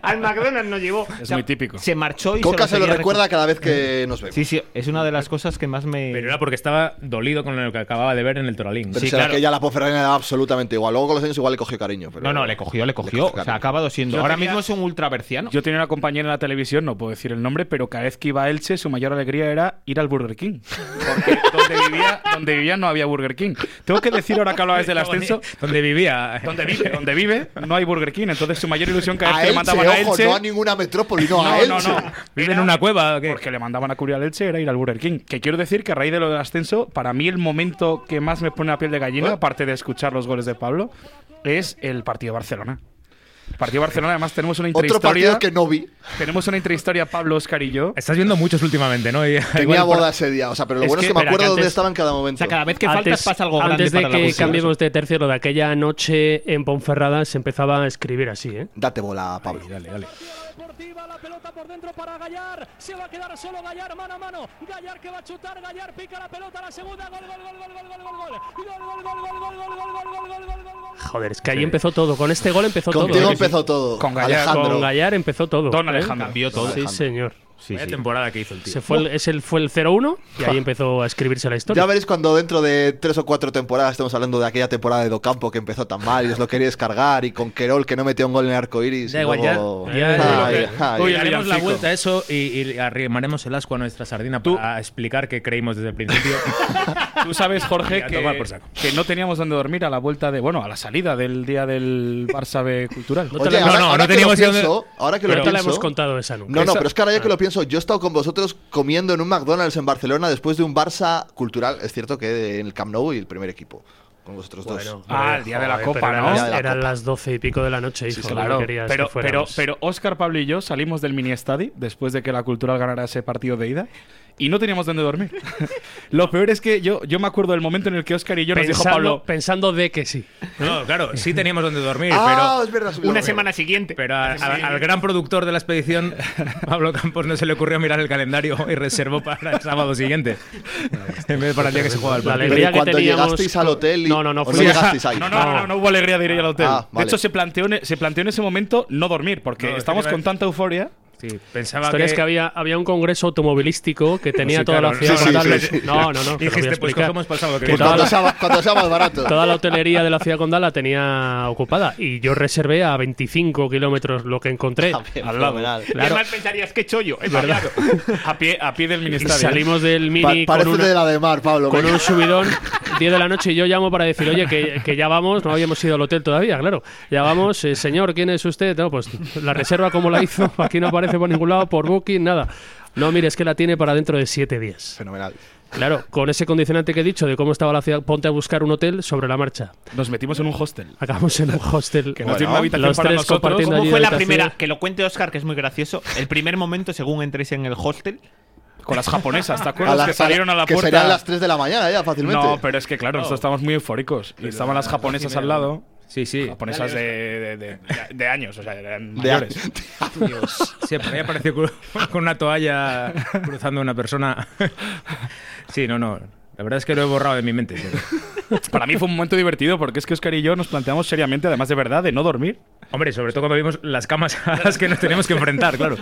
al McDonald's nos llevó.
Es muy típico.
Se marchó y
Coca se lo
seguía
recuerda cada vez que nos vemos.
Sí, sí, es una de las cosas que más me.
Pero era porque estaba dolido con lo que acababa de ver en el Toralín.
Pero
Sí,
será
claro.
que ya la Ponferradina era absolutamente igual. Luego con los años igual le cogió cariño. pero-
No, no, le cogió, le cogió. o sea,
cariño.
ha acabado siendo. Ahora mismo es un ultraversiano.
Yo tenía una compañera en la televisión, no puedo decir el nombre, pero cada vez que iba a Elche, su mayor alegría era ir al Burger King. Porque donde vivía, donde vivía no había Burger King. Tengo que decir ahora que hablabas del ascenso.
Donde vivía. eh.
Donde vive, donde vive, no hay Burger King. Entonces su mayor ilusión cada vez
A
que le
Elche,
mandaban a
ojo,
Elche.
no a ninguna metrópoli, no, a Elche.
No, no, no.
¿Vive en una cueva? o qué?
Porque le mandaban a cubrir al Elche era ir al Burger King. Que quiero decir que a raíz de lo del ascenso, para mí el momento que más me pone la piel de gallina, aparte de escuchar los goles de Pablo, es el partido de Barcelona. El partido de Barcelona, además tenemos una
Otro
intrahistoria.
partido que no vi.
Tenemos una intrahistoria, Pablo, Oscar y yo.
Estás viendo muchos últimamente, ¿no? Y-
Tenía
igual por-
boda ese día. O sea, pero lo
Es
bueno es
que-
que me
espera,
acuerdo
que
dónde
antes-
estaba en cada
O
momento.
sea, cada vez que faltas pasa algo grande
antes de
para la
que
afición.
cambiemos de tercio, lo de aquella noche en Ponferrada se empezaba a escribir así, ¿eh?
Date bola, Pablo.
Dale, dale.
Deportiva, la pelota por dentro para Gallar. Se va a quedar solo Gallar, mano a mano. Gallar que va a chutar, Gallar pica la pelota, la segunda. Gol, gol, gol, gol, gol, gol, gol, gol. Gol, gol, gol, gol, gol, gol, gol, gol, gol, gol, gol, gol. Joder, es que ahí empezó todo. Con este gol empezó
Contigo
todo. ¿eh?
empezó todo.
Con Gallardo,
Alejandro.
Con Gallar empezó todo.
Don
¿eh?
Alejandro.
Cambió todo.
Sí, señor.
Vaya temporada que hizo el tío.
Se fue el, es el, fue el 0-1 y ahí empezó a escribirse la historia.
Ya veréis cuando dentro de tres o cuatro temporadas estemos hablando de aquella temporada de Docampo que empezó tan mal y os lo quería descargar y con Querol que no metió un gol en el arco iris.
Da
y
igual,
luego-
ya- ya-
Ay,
ya-
ay.
Uy, haremos la
villancico.
vuelta a eso y, y arrimaremos el asco a nuestra sardina para explicar qué creímos desde el principio.
Tú sabes, Jorge,
Ya,
que,
tomar por saco.
que no teníamos donde dormir a la vuelta de, bueno, a la salida del día del Barça B Cultural.
No te
Oye,
la-
ahora,
no, no
ahora que lo
teníamos idea de-
pienso, ahora que lo
no te la
pienso-
hemos contado esa nunca.
No, no,
Esa-
pero es que ahora ya que lo pienso, yo he estado con vosotros comiendo en un McDonald's en Barcelona después de un Barça cultural, es cierto que en el Camp Nou y el primer equipo. con los otros
Bueno.
dos.
Ah, el día de la
Joder,
copa,
pero
¿no?
eran-
Ya de la
eran
copa.
las doce y pico de la noche, hijo. lo que
Claro,
querías que
pero, pero,
fuéramos.
pero Oscar, Pablo y yo salimos del mini estadi después de que la cultural ganara ese partido de ida y no teníamos dónde dormir. Lo peor es que yo, yo me acuerdo del momento en el que Oscar y yo nos dijo
pensando,
Pablo.
pensando de que sí.
No, claro, sí teníamos donde dormir,
Ah,
pero.
es verdad. sí,
Una
lo
semana
veo.
siguiente.
Pero a- a- al gran productor de la expedición, Pablo Campos, no se le ocurrió mirar el calendario y reservó para el sábado siguiente. En vez de para el día que se juega el
La
Pero
partido.
alegría
¿y
que
cuando
teníamos
llegasteis al hotel y
No, no, no,
o
fuimos-
llegasteis ahí.
No, no, no, no, no hubo alegría de ir al hotel.
Ah,
De
vale.
hecho, se planteó, en- e, se planteó en ese momento no dormir, porque
No, es que
estamos
iba a
con
decir-
tanta euforia.
Sí, pensaba
Historia
que.
es que había, había un congreso automovilístico que tenía
Sí,
toda
claro,
la ciudad.
sí, sí,
fatal.
sí, sí.
No, no, no. que lo voy a
Dijiste, pues
explicar.
cogemos para el sábado que
Pues
viene.
cuando, sea, más- cuando sea más barato.
Toda la hotelería de la ciudad condal la tenía ocupada y yo reservé a 25 kilómetros lo que encontré.
Ah, bien, fenomenal.
Y además pensarías, qué chollo, es verdad.
A pie, a pie del
Y
ministerio.
salimos del
Pa-
mini con
parece
una-
de la de mar, Pablo.
con
venga.
un subidón, 10 de la noche, y yo llamo para decir, oye, que, que ya vamos, no habíamos ido al hotel todavía, claro. Ya vamos, eh, señor, ¿quién es usted? No, pues la reserva, como la hizo? Aquí no aparece por ningún lado, por booking, nada. No, mire, es que la tiene para dentro de 7 días.
Fenomenal.
Claro, con ese condicionante que he dicho de cómo estaba la ciudad, ponte a buscar un hotel sobre la marcha.
Nos metimos en un hostel.
Acabamos en un hostel.
Que nos dio una habitación
los
para
tres
nosotros.
compartiendo
¿Cómo
allí
fue la
habitación.
primera? Que lo cuente Oscar, que es muy gracioso. El primer momento, según entréis en el hostel,
Con las japonesas, ¿te
A
acuerdas?
las-
que salieron a la
que
puerta.
serían las 3 de la mañana ya, fácilmente.
No, pero es que claro, nosotros estábamos muy eufóricos. Y estaban las japonesas al lado.
Sí, sí.
Japonesas de, de- de- de años, o sea, eran
De-
mayores.
Siempre me apareció con con una toalla cruzando a una persona. Sí, no, no. La verdad es que lo he borrado de mi mente.
Para mí fue un momento divertido porque es que Oscar y yo nos planteamos seriamente, además de verdad, de no dormir.
Hombre, sobre todo cuando vimos las camas a las que nos teníamos que enfrentar, claro.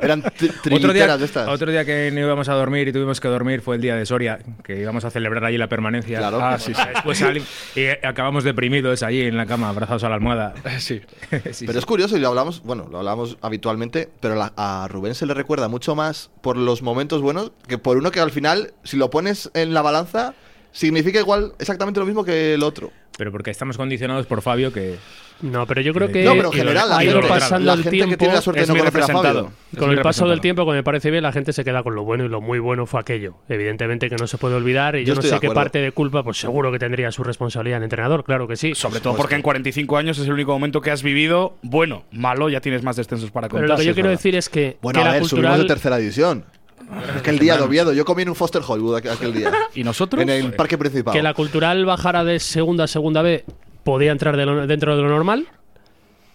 Eran tri-
Otro día,
triliteras de estas.
otro día que no íbamos a dormir y tuvimos que dormir fue el día de Soria, que íbamos a celebrar allí la permanencia.
Claro.
Ah, sí, sí. Después salimos y eh, acabamos deprimidos allí en la cama, abrazados a la almohada.
Sí.
Sí,
Pero es curioso y lo hablamos, bueno, lo hablamos habitualmente, pero la- a Rubén se le recuerda mucho más por los momentos buenos que por uno que al final, si lo pones en la balanza, significa igual exactamente lo mismo que el otro.
Pero porque estamos condicionados por Fabio, que
No, pero yo creo que
no, pero en
y lo-
general, la
ha ido
gente,
pasando
la
el
gente que
tiempo,
tiene la suerte de
es
no
muy
conocer a Fabio.
representado.
Con
Es
el paso
muy
del
representado.
tiempo, que me parece bien, la gente se queda con lo bueno y lo muy bueno fue aquello. Evidentemente que no se puede olvidar y
Yo
yo, no
estoy
sé
de
qué
acuerdo.
parte de culpa, pues seguro que tendría su responsabilidad el entrenador, claro que sí.
Sobre todo porque en 45 años es el único momento que has vivido bueno, malo, ya tienes más descensos para
Pero
contar.
lo que yo
es
quiero
verdad.
decir es que,
Bueno,
que
a
la
ver, subimos de
cultural...
tercera división. Aquel día de Oviedo, yo comí en un Foster Hollywood aqu- aquel día.
¿Y nosotros? Eh,
en el
Joder.
parque principal.
Que la cultural bajara de segunda a segunda B podía entrar de lo- dentro de lo normal,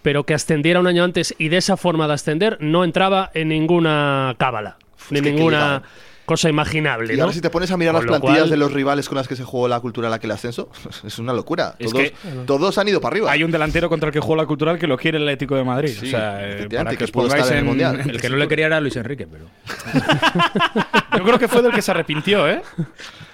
pero que ascendiera un año antes y de esa forma de ascender no entraba en ninguna cábala, ni
que qué
ninguna
ligado.
cosa imaginable.
Y
¿no?
ahora si te pones a mirar
Con
las
lo
plantillas
cual-
de los rivales con las que se jugó la cultura en aquel ascenso, es una locura.
Es
Todos,
que-
todos han ido para arriba.
Hay un delantero contra el que juega la cultural que lo quiere el Atlético de Madrid.
Sí,
o sea, eh,
efectivamente,
para
que
que os
puedo estar
pongáis
en
en,
el Mundial.
el que no le quería era Luis Enrique, pero.
Yo creo que fue del que se arrepintió, ¿eh?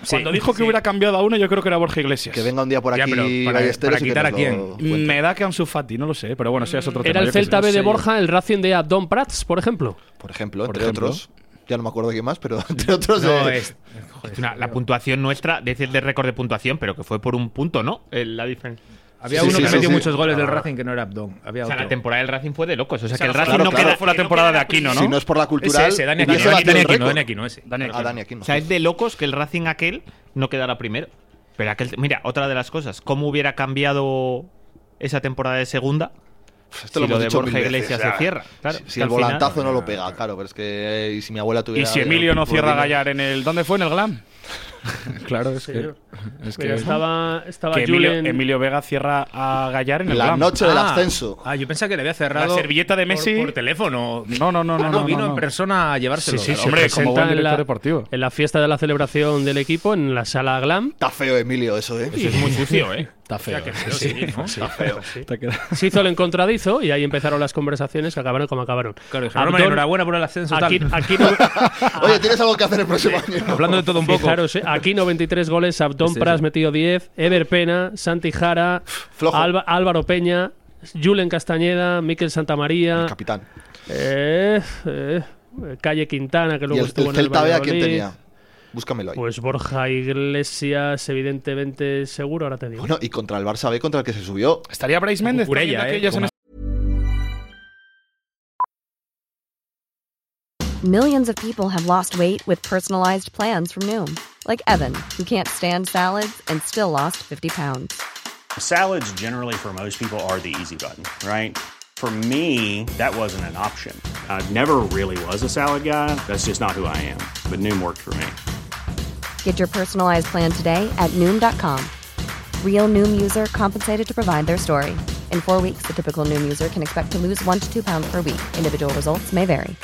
Cuando dijo que hubiera cambiado a uno, yo creo que era Borja Iglesias.
Que venga un día por
Ya,
aquí
pero para-
Ballesteros
para
y que
quitar
nos
a
lo
quién.
cuente.
Me da que Ansu Fati, no lo sé, pero bueno, eso ya es otro tema.
Era el
yo qué sé.
Celta B de
Sí.
Borja, el Racing de Abdon Prats, por ejemplo.
Por ejemplo,
Por
entre
ejemplo.
otros. Ya no me acuerdo quién más, pero entre otros.
No,
eh,
es-
Es una- la puntuación nuestra, decir de récord de puntuación, pero que fue por un punto, ¿no? El- la diferencia.
Había
Sí,
uno
sí,
que
sí,
metió
sí.
muchos goles del Racing que no era Abdón. Había
O sea, la
otro.
temporada del Racing fue de locos. O sea, que el
claro,
Racing no
claro.
queda.
Fue la
que no
temporada
queda
de Aquino, ¿no?
Si no es por la cultural.
Ese, ese, Dani
hubiese
Aquino, Dani-
batido
Dani
el
Aquino,
récord.
Dani Aquino, ese.
Dani Aquino.
Ah, Dani Aquino.
O sea, es de locos que el Racing aquel no quedara primero. Pero aquel, mira, otra de las cosas, ¿cómo hubiera cambiado esa temporada de segunda?
Esto lo
Si lo,
hemos
de
dicho mil
Borja
veces,
Iglesias
o sea,
se cierra. Claro,
Si,
que
si el
al final-
volantazo no lo pega, claro, pero es que. eh, Y si mi abuela tuviera.
Y si Emilio no cierra a
Bordino-
Gallar en el. ¿Dónde fue? ¿En el Glam? claro, es que. Es que
Pero estaba, estaba
que Emilio,
Julen-
Emilio Vega cierra a Gallar en el
La
Glam.
noche del
Ah,
ascenso.
Ah, yo pensaba que le había cerrado.
La servilleta de
por-
Messi.
Por, teléfono.
No, no, no,
Ah,
no. no,
vino
no,
en
no.
persona a llevárselo.
Sí, sí,
Claro.
se
Hombre, como
presenta
buen
en
director
la-
deportivo.
en la fiesta de la celebración del equipo, en la sala Glam.
Está feo, Emilio, eso, ¿eh?
Eso es muy sucio, ¿eh?
Está feo. Está que-
Se hizo el encontradizo y ahí empezaron las conversaciones que acabaron como acabaron.
Claro, dijeron,
Abdón-
"Hombre, enhorabuena por el ascenso. tal".
aquí, aquí no-
Oye, tienes algo que hacer el próximo año.
Hablando de todo un poco.
Fijaros, eh, aquí 93 goles, Abdón
Sí, sí.
Pras metido 10, Ever Pena, Santi Jara,
Flojo.
Alba- Álvaro Peña, Julen Castañeda, Miquel Santamaría,
Capitán.
eh, eh, Calle Quintana, que
¿Y
luego
el,
estuvo
el
en el
Celta B a quién
Valladolid.
tenía? Búscamelo ahí.
Pues Borja Iglesias, evidentemente seguro, ahora te digo.
Bueno, y contra el Barça B, contra el que se subió.
Estaría Bryce Méndez
¿eh? Cucurella,
también
¿eh?
aquellas en
Como-
Millions of people have lost weight with personalized plans from Noom, like Evan, who can't stand salads and still lost 50 pounds.
Salads, generally, for most people, are the easy button, right? For me, that wasn't an option. I never really was a salad guy. That's just not who I am. But Noom worked for me.
Get your personalized plan today at Noom.com. Real Noom user compensated to provide their story. In four weeks, the typical Noom user can expect to lose one to two pounds per week. Individual results may vary.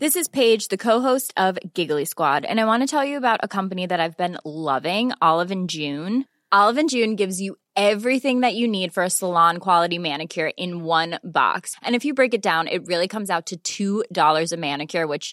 This is Paige, the co-host of Giggly Squad, and I want to tell you about a company that I've been loving, Olive and June. Olive and June gives you everything that you need for a salon quality manicure in one box. And if you break it down, it really comes out to $2 a manicure, which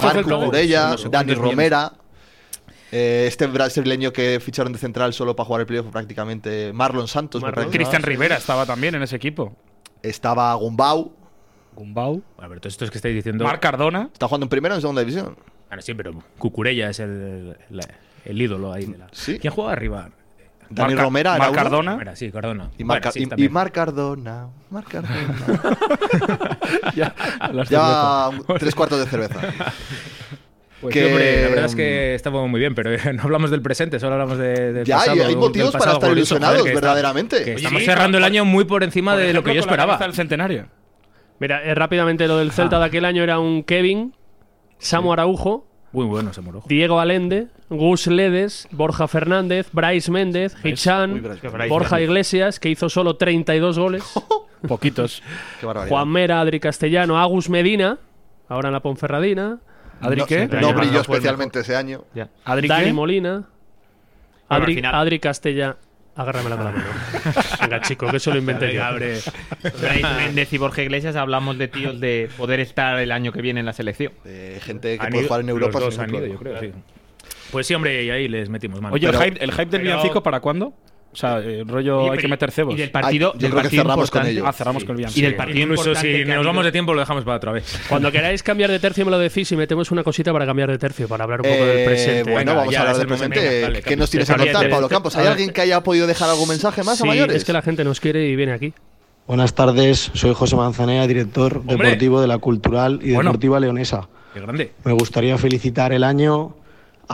Marco Murella,
No sé
Dani
cuántos
Romera. eh, este brasileño que ficharon de central solo para jugar el playoff prácticamente. Marlon Santos. me parece que
Cristian
se llamaba.
Rivera estaba también en ese equipo.
Estaba Gumbau.
Gumbau.
A ver, todos estos que estáis diciendo.
Marc Cardona.
Está jugando en primera o en segunda división.
Bueno, sí, pero Cucurella es el, la- el ídolo ahí. De la...
Sí.
¿Quién juega arriba?
Dani
Marca-
Romera.
Marc
era uno.
Cardona.
Mira, sí, Cardona.
Y
Bueno,
Marca-
sí,
y- y
también.
Marc Cardona. Marc Cardona.
ya, las
Ya un- tres cuartos de cerveza.
Pues
que-
sí, hombre, la verdad es que estaba muy bien, pero eh, no hablamos del presente, solo hablamos de, del
Ya,
pasado.
y hay
del
motivos para
pasado
estar
glorioso,
ilusionados,
que está-
verdaderamente.
que
Oye,
estamos
sí,
cerrando el
por-
año muy por encima de lo que yo esperaba.
El centenario.
Mira, eh, rápidamente lo del Celta de aquel año era un Kevin, Samu Araujo,
Muy bueno, se moró.
Diego Alende, Gus Ledes, Borja Fernández, Bryce Méndez,
Uy,
Hichan,
verás, qué
Borja Iglesias, que hizo solo 32 goles,
Poquitos.
barbaridad.
Juan Mera, Adri Castellano, Agus Medina, ahora en la Ponferradina,
Adri,
no,
¿qué?
No brilló
no fue
especialmente ese año.
Adri,
Dani
¿qué?
Molina,
al
Adri,
final-
Adri Castella. Agárramela con la mano. Venga, chico, que eso lo inventé yo.
Bryce Méndez y Borja Iglesias hablamos de tíos de poder estar el año que viene en la selección.
Eh, gente que
Han
puede
ido-
jugar en Europa
los dos
sin ningún
han ido,
problema.
yo creo, sí. Pues sí, hombre, y ahí les metimos mano.
Oye,
Pero-
el, hype, el hype del
pero-
villancico para cuándo? O sea, el rollo
Oye,
hay
pero-
que meter cebos.
Y del partido,
Ay, yo
del
creo que
partido
cerramos con
importante-
ello.
Ah, cerramos con el
Y
villancico.
del partido
Incluso
importante
si
que ha
nos vamos
habido-
de tiempo, lo dejamos para otra vez.
Cuando queráis cambiar de tercio, me lo decís y metemos una cosita para cambiar de tercio, para hablar un poco
Eh,
del presente.
bueno,
Venga,
vamos
ya,
a hablar
es
del
el presente.
presente.
Venga, dale,
¿Qué nos
Campos.
tienes a
Olvídate
contar,
de
Pablo
este.
Campos? ¿Hay alguien que haya podido dejar algún mensaje más
Sí,
a mayores?
Es que la gente nos quiere y viene aquí.
Buenas tardes, soy José Manzanea, director
Hombre.
deportivo de la Cultural y
Bueno.
Deportiva Leonesa.
Qué grande.
Me gustaría felicitar el año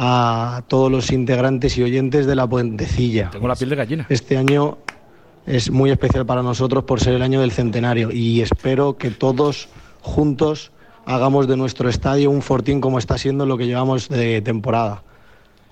a todos los integrantes y oyentes de la Puentecilla.
Tengo la piel de gallina.
Este año es muy especial para nosotros por ser el año del centenario y espero que todos juntos hagamos de nuestro estadio un fortín como está siendo lo que llevamos de temporada.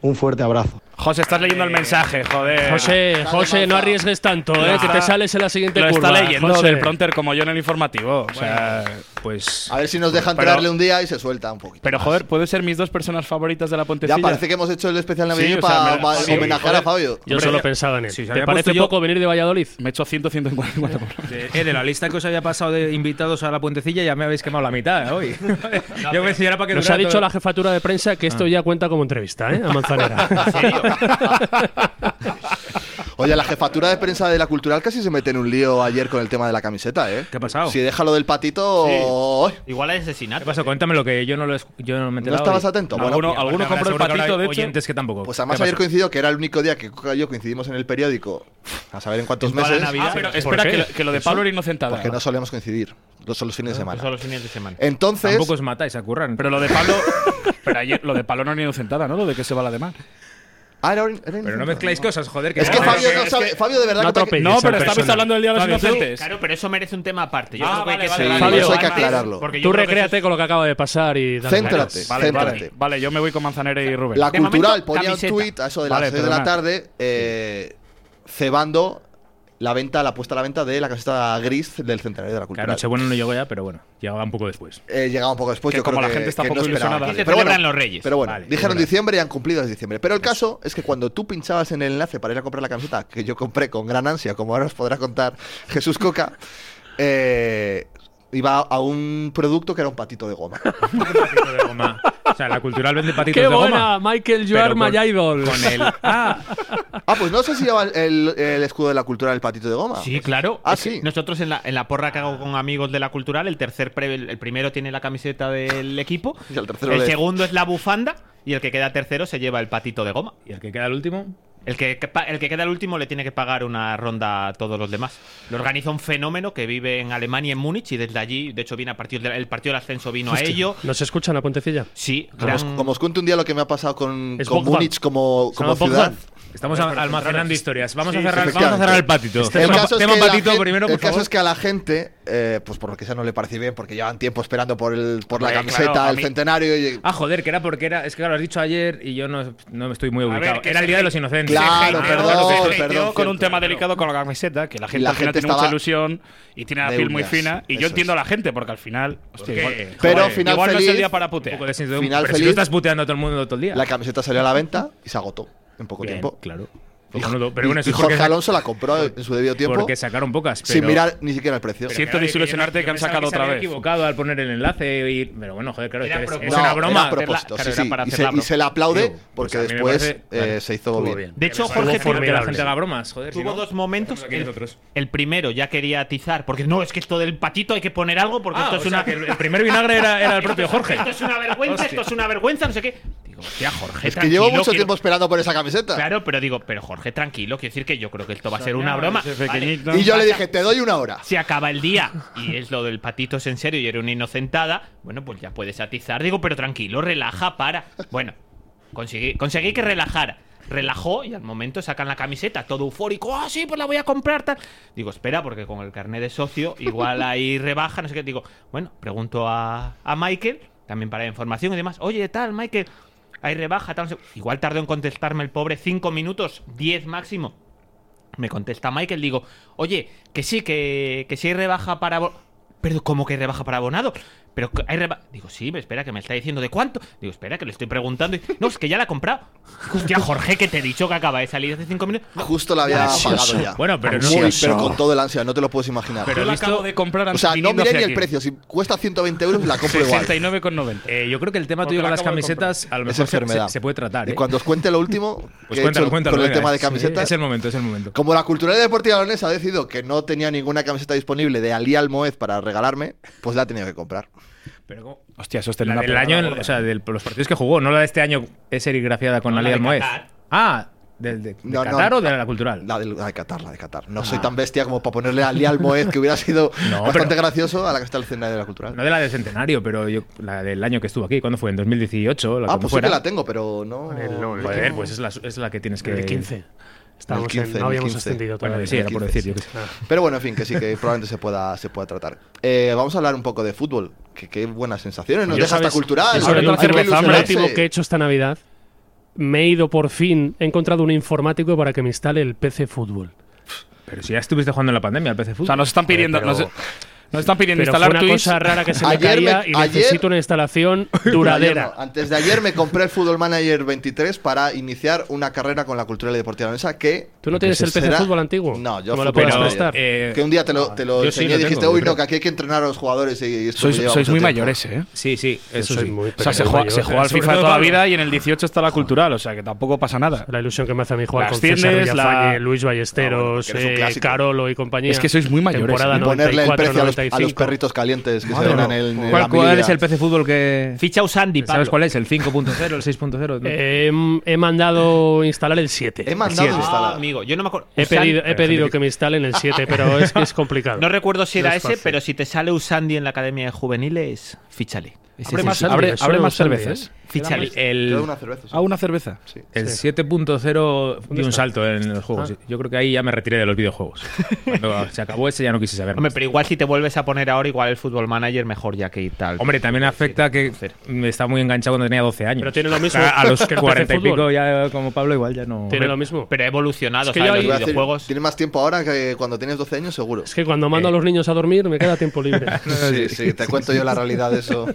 Un fuerte abrazo.
José, estás leyendo el mensaje, joder.
José, José, no arriesgues tanto, eh,
está-
que te sales en la siguiente
lo
curva.
está leyendo
José.
del pronter como yo en el informativo. O sea,
Pues.
A ver si nos dejan
Pero-
tirarle un día y se suelta un poquito.
pero joder, puede ser mis dos personas favoritas de la
ya
Pontecilla.
parece que hemos hecho el especial navideño
Sí, o sea,
para
me-
pa-
sí,
homenajear a Fabio.
Yo
Hombre,
solo
ya-
pensaba en él.
sí, se
¿Te
había
parece
puesto yo-
poco venir de Valladolid?
Me he hecho 154 por hora.
De, eh, de la lista que os había pasado de invitados a la puentecilla, ya me habéis quemado la mitad eh, hoy. Yo me enseñara para que
Nos
durara
ha dicho
todo- Ah.
la jefatura de prensa que esto ya cuenta como entrevista, ¿eh? A Manzanera.
Oye, la jefatura de prensa de la Cultural casi se mete en un lío ayer con el tema de la camiseta, ¿eh?
¿Qué ha pasado?
Si deja lo del patito. ¡ay!
Igual hay
¿Qué
asesinato.
pasó? Cuéntamelo que yo no lo escu- yo no me he
¿No
enterado
estabas
y-
atento? Bueno,
Alguno, alguno
Habrá
compró el
seguro que habrá
patito, de hecho.
oyentes que tampoco.
pues además
¿Qué
ayer
pasó?
coincidió que era el único día que Cuca y yo coincidimos en el periódico. A saber en cuántos
Toda la
meses.
Navidad.
Ah, pero
¿Por
espera,
qué?
que lo, que lo de Pablo era inocentada.
Porque no solemos coincidir. No son los fines de semana.
Son los fines de semana.
Entonces.
Tampoco os matáis, se curran.
Pero lo de Pablo. pero ayer, lo de Pablo no era inocentada, ¿no? Lo de que se va la demás.
Ah, era- era- era-
Pero no mezcláis cosas, joder.
Es que
no-
Fabio no sabe. Fabio, de verdad
no
que. te-
atropello.
No,
esa
pero estabais
persona.
hablando del día de los
Fabio, tú-
inocentes.
Claro, pero eso merece un tema aparte. Yo
Ah,
creo que hay que
vale,
ser-
vale,
Fabio, eso hay que
antes,
aclararlo.
porque yo
Tú
creo que-
recréate con lo que acaba de pasar y... dale
Céntrate.
ganas.
Vale, vale,
Céntrate.
vale, yo me voy con Manzanera y Rubén.
La
De
cultural
momento,
ponía
camiseta.
un tuit a eso de las
Vale,
6 de la
perdona.
tarde eh, cebando la venta, la puesta a la venta de la camiseta gris del centenario de la
Claro,
cultural.
Nochebuena no llegó ya, pero bueno, llegaba un poco después.
Eh, llegaba un poco después.
Que
yo
como
creo
la gente está
que
poco
no esperaban.
ilusionada.
Sí, te
Pero bueno,
celebran los Reyes.
Pero bueno,
Vale,
dijeron
es verdad.
diciembre y han cumplido desde diciembre. Pero el caso es que cuando tú pinchabas en el enlace para ir a comprar la camiseta que yo compré con gran ansia, como ahora os podrá contar Jesús Coca, eh, iba a un producto que era un patito de goma.
O sea, la cultural vende patitos
¡Qué
de
buena!
goma.
Michael, you
Pero
are my
con-
idol.
Con el. Ah,
Ah, pues no sé si lleva el, el escudo de la cultura del patito de goma.
Sí, claro.
Ah,
Es que
sí.
Nosotros en la, en la porra que hago con amigos de la cultural, el tercer pre- el primero tiene la camiseta del equipo,
Y el tercero
el
le-
segundo es la bufanda y el que queda tercero se lleva el patito de goma.
¿Y el que queda el último?
El que, que pa- el que queda el último le tiene que pagar una ronda a todos los demás. Lo organiza un fenómeno que vive en Alemania, en Múnich, y desde allí, de hecho, viene a partir del el partido del ascenso vino a
Hostia,
ello.
¿Nos escuchan a Puentecilla?
Sí,
Como os,
gran-
como os cuento un día lo que me ha pasado con,
Es
con
Bogdan.
Múnich como,
Se
como
llama
ciudad.
Bogdan.
Estamos a- almacenando historias. Vamos,
Sí,
a cerrar,
sí,
Este vamos a cerrar el
efectivamente. Este
patito.
El
tema
caso es
tema
que la
patito
gen-
primero, por
el caso
favor.
es que a la gente, eh, pues por lo que sea, no le parece bien, porque llevan tiempo esperando por, el, por la
Hombre,
camiseta,
claro, a
el
mí-
centenario. y-
Ah, joder, que era porque era. Es que claro, lo has dicho ayer y yo no, no me estoy muy
ver,
ubicado.
que
era el
se
Día de los
hate-
Inocentes.
claro,
Se hateó,
perdón,
se
perdón.
hateó
con un
cierto,
tema delicado con la camiseta, que la gente
La
al final
gente
tiene mucha
estaba
ilusión y tiene la
de
piel muy
uñas,
fina. Y yo
eso es.
entiendo
Pues
a la gente, porque al final. hostia,
qué?
igual,
Pero
joder,
final
igual no es
feliz,
el día para
Un
putear.
poco de sentido común.
Final
Pero si
feliz.
tú estás puteando a todo el mundo todo el día.
La camiseta salió a la venta y se agotó en poco
Bien,
tiempo.
Claro.
Y-
Cojonudo.
y-
Pero bueno, eso
y
es porque,
Jorge Alonso la compró en su debido tiempo
porque sacaron pocas. Pero,
sin mirar ni siquiera el precio.
pero
Siento
que-
desilusionarte
yo
que han
pensaba
sacado
se
otra
había
vez.
equivocado al poner el enlace. y- pero bueno, joder, claro, es,
Era
que es-
propósito.
es
No,
una
era
broma.
a propósito,
Claro,
sí,
era
sí,
para
y,
hacer
se,
la
y
broma.
se le aplaude
Tío, pues
porque
a mí me
después
parece-
eh,
vale,
se hizo
estuvo
bien.
bien.
De hecho,
Que me parece
Jorge tuvo-
formidable. que la gente haga bromas. Joder, si
Tuvo
no-
dos momentos.
Aquí hay
El,
otros.
el primero ya quería atizar, porque no, es que esto del patito hay que poner algo, porque
Ah,
esto
o
es
sea,
una.
que el- el primer vinagre era- era el
Esto
propio
es-
Jorge.
Esto es una vergüenza, esto es una vergüenza, no sé qué. Digo, hostia, Jorge,
Es que llevo
tranquilo,
mucho
quiero-
tiempo esperando por esa camiseta.
Claro, pero digo, pero Jorge, tranquilo, quiero decir que yo creo que esto va a ser una
Soñaba
broma.
ese
Vale,
pequeñito.
Y yo le dije, te doy una hora.
se acaba el día y es lo del patito es en serio y era una inocentada, bueno, pues ya puedes atizar. Digo, pero tranquilo, relaja, para. Bueno, conseguí, conseguí que relajara. Relajó y al momento sacan la camiseta, todo eufórico. Ah, sí, pues la voy a comprar. Tal. Digo, espera, porque con el carnet de socio igual ahí rebaja, no sé qué. Digo, bueno, pregunto a, a Michael, también para información y demás. Oye, tal, Michael, ahí rebaja, tal. no sé". Igual tardó en contestarme el pobre 5 minutos, 10 máximo. Me contesta Michael, digo, oye, que sí, que, que sí hay rebaja para... abo- Pero, ¿cómo que hay rebaja para abonado? Pero que hay reba- Digo, sí, pero espera, que me está diciendo de cuánto. Digo, espera, que le estoy preguntando. y- no, es que ya la he comprado. Hostia, Jorge, que te he dicho que acaba de salir hace cinco minutos. No,
Justo la había pagado ya.
Bueno, pero no-
Muy,
Ansioso.
pero con todo el ansia, no te lo puedes imaginar.
Pero lo acabo de comprar
o sea, no
viniendo
miré ni
hacia
el
aquí.
precio. Si cuesta 120 euros, la compro igual.
69,90.
Eh, yo creo que el tema
Porque
tuyo con
la
las
acabo de
camisetas a lo
Es
mejor se-
enfermedad.
se, se puede tratar.
Y
¿eh?
cuando os cuente lo último
pues
que he
cuéntalo,
hecho
cuéntalo.
con el
venga,
tema de
es-
camisetas.
Es el momento, es el momento.
Como la cultural deportiva leonesa ha decidido que no tenía ninguna camiseta disponible de Ali Almoez para regalarme, pues la he tenido que comprar.
Pero ¿cómo-
Hostia, eso es tener
La
una
del
pegada
año,
gorda.
o sea, de los partidos que jugó, no la de este año es serigrafiada con
No,
Ali
la de
Almoez.
Qatar.
Ah, del de, de
No, no.
Qatar o de la cultural.
La del- la de, Qatar, la de Qatar. No soy tan bestia como para ponerle a Ali Almoez, que hubiera sido
Ah. No,
bastante
pero-
gracioso, a la que está el escenario de la cultural.
No de la del centenario, pero yo, la del año que estuvo aquí, ¿cuándo fue? ¿En 2018? La
ah,
como
pues sí
fuera.
que la tengo, pero no.
Joder, pues es la, es la que tienes que.
El 15. Estábamos en-
15,
no habíamos
15.
ascendido
Bueno,
todavía.
sí, era por decir,
sí.
yo qué sé.
Pero bueno, en fin, que sí, que probablemente se pueda, se pueda tratar. Eh, vamos a hablar un poco de fútbol. Que qué buenas sensaciones nos
Yo
deja
sabes-
esta cultural.
yo sabes
Hay
lo
que
que- lo
ilusionarse.
último que he hecho esta Navidad, me he ido por fin, he encontrado un informático para que me instale el PC Fútbol.
Pero si ya estuviste jugando en la pandemia al PC Fútbol.
O sea, nos están pidiendo,
Joder,
nos,
pero-
nos están pidiendo
Pero fue
instalar
una
Twitch.
cosa rara que se me
Ayer me-
caía y
ayer-
necesito una instalación
Ayer
duradera.
no, Antes de ayer me compré el Football Manager 23 para iniciar una carrera con la cultura deportiva leonesa que.
¿Tú no tienes el PC
será-
Fútbol antiguo?
No, yo
¿Cómo lo
Fútbol
puedes
Manager.
prestar?
Eh,
Que un día te lo, te lo
yo sí
enseñé
lo
y dijiste,
tengo,
uy,
yo creo.
no, que aquí hay que entrenar a los jugadores. Y esto
Sois,
lleva
sois
mucho
muy
tiempo".
mayores, ¿eh?
Sí, sí, eso
soy
sí.
muy ¿eh?
O sea, se
Pero
juega,
yo-
se juega al
sobre
FIFA
todo
toda la
Pablo.
vida y en el 18 está la cultural, o sea que tampoco pasa nada.
La ilusión que me hace a mí jugar
Las
con César
tiendes, la-
Villafañe, Luis
Ah, bueno,
Ballesteros,
que eres un
eh,
clásico.
Carolo y compañía.
Es que sois muy mayores,
Temporada
¿eh?
Ponerle el precio a los, a los
94-95.
perritos calientes que
Madre
se dan
mía.
en el. en la
¿Cuál, cuál es
miliga.
el PC Fútbol que.
Ficha Usandi, Pablo.
¿Sabes cuál es? ¿El 5.0, el 6.0? ¿no?
Eh, hem- he mandado instalar el 7.
He mandado
Ah,
instalar.
amigo, yo no me acuerdo.
He
Usan-
pedido, he
Pero
pedido
gente
que me instalen el 7, pero es que es complicado.
No recuerdo si
No
era
es
ese,
fácil.
pero si te sale Usandi en la Academia de Juveniles, fíchale. Ese
Abre
sí,
más,
sí.
abre,
Eso
abre
no
más
sabía,
¿eh?
cervezas.
Fíchale.
Te doy
El,
Ah, una cerveza. sí.
A una cerveza.
Sí.
el 7.0 dio un salto en los juegos.
Ah.
sí. Yo creo que ahí ya me retiré de los videojuegos. Cuando se acabó ese ya no quise saber. más.
Hombre, pero igual si te vuelves a poner ahora, igual el Fútbol Manager mejor ya que y tal.
Hombre, también afecta que me está muy enganchado cuando tenía 12 años.
Pero tiene lo mismo
O sea, a los
que el
40 y
PC fútbol.
pico ya como Pablo igual ya no.
Tiene lo mismo.
Pero ha evolucionado,
Es que
¿sabes?
yo
Los
Te
ahí-
voy a decir,
videojuegos.
Tienes más tiempo ahora que cuando tienes 12 años, seguro.
Es que cuando mando a los niños a dormir me queda tiempo libre.
Sí, sí, te cuento yo la realidad de eso.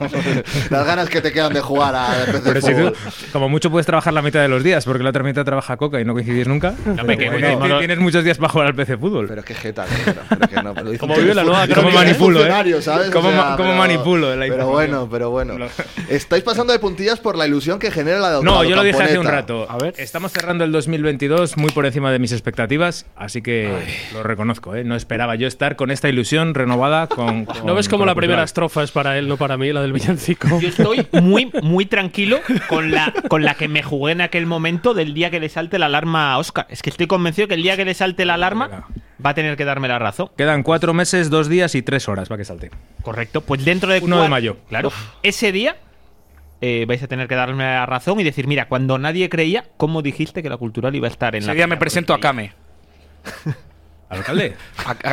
Las ganas que te quedan de jugar a PC
Pero si
Fútbol.
tú, como mucho puedes trabajar la mitad de los días, porque la otra mitad trabaja Coca y no coincidís nunca.
hombre, que
Bueno,
coincidimos.
tienes muchos días para jugar al PC Fútbol.
Pero es que jeta, negro, pero que no, pero dice
Como
que
vive la
es
nueva
funcionario,
crónica,
es
¿eh?
funcionario,
funcionario,
¿sabes?
¿Cómo
O sea,
ma- cómo
pero-
manipulo la
Pero
información?
bueno, pero bueno. Estáis pasando de puntillas por la ilusión que genera la de
No,
la
yo lo dije hace un
camponeta.
rato. A ver. Estamos cerrando el 2022 muy por encima de mis expectativas, así que lo reconozco. ¿eh? No esperaba yo estar con esta ilusión renovada. Con,
¿No ves
como
cómo la primera estrofa es para él, no para mí, la del villancico?
Yo estoy muy, muy tranquilo con la, con la que me jugué en aquel momento del día que le salte la alarma a Oscar. Es que estoy convencido que el día que le salte la alarma va a tener que darme la razón.
Quedan cuatro meses, dos días y tres horas para que salte.
Correcto. Pues dentro de
1
cuat-
de mayo.
Claro. Ese día eh, vais a tener que darme la razón y decir, mira, cuando nadie creía, ¿cómo dijiste que la cultural iba a estar en
Ese
la.
día me presento a Kame.
¿Al alcalde?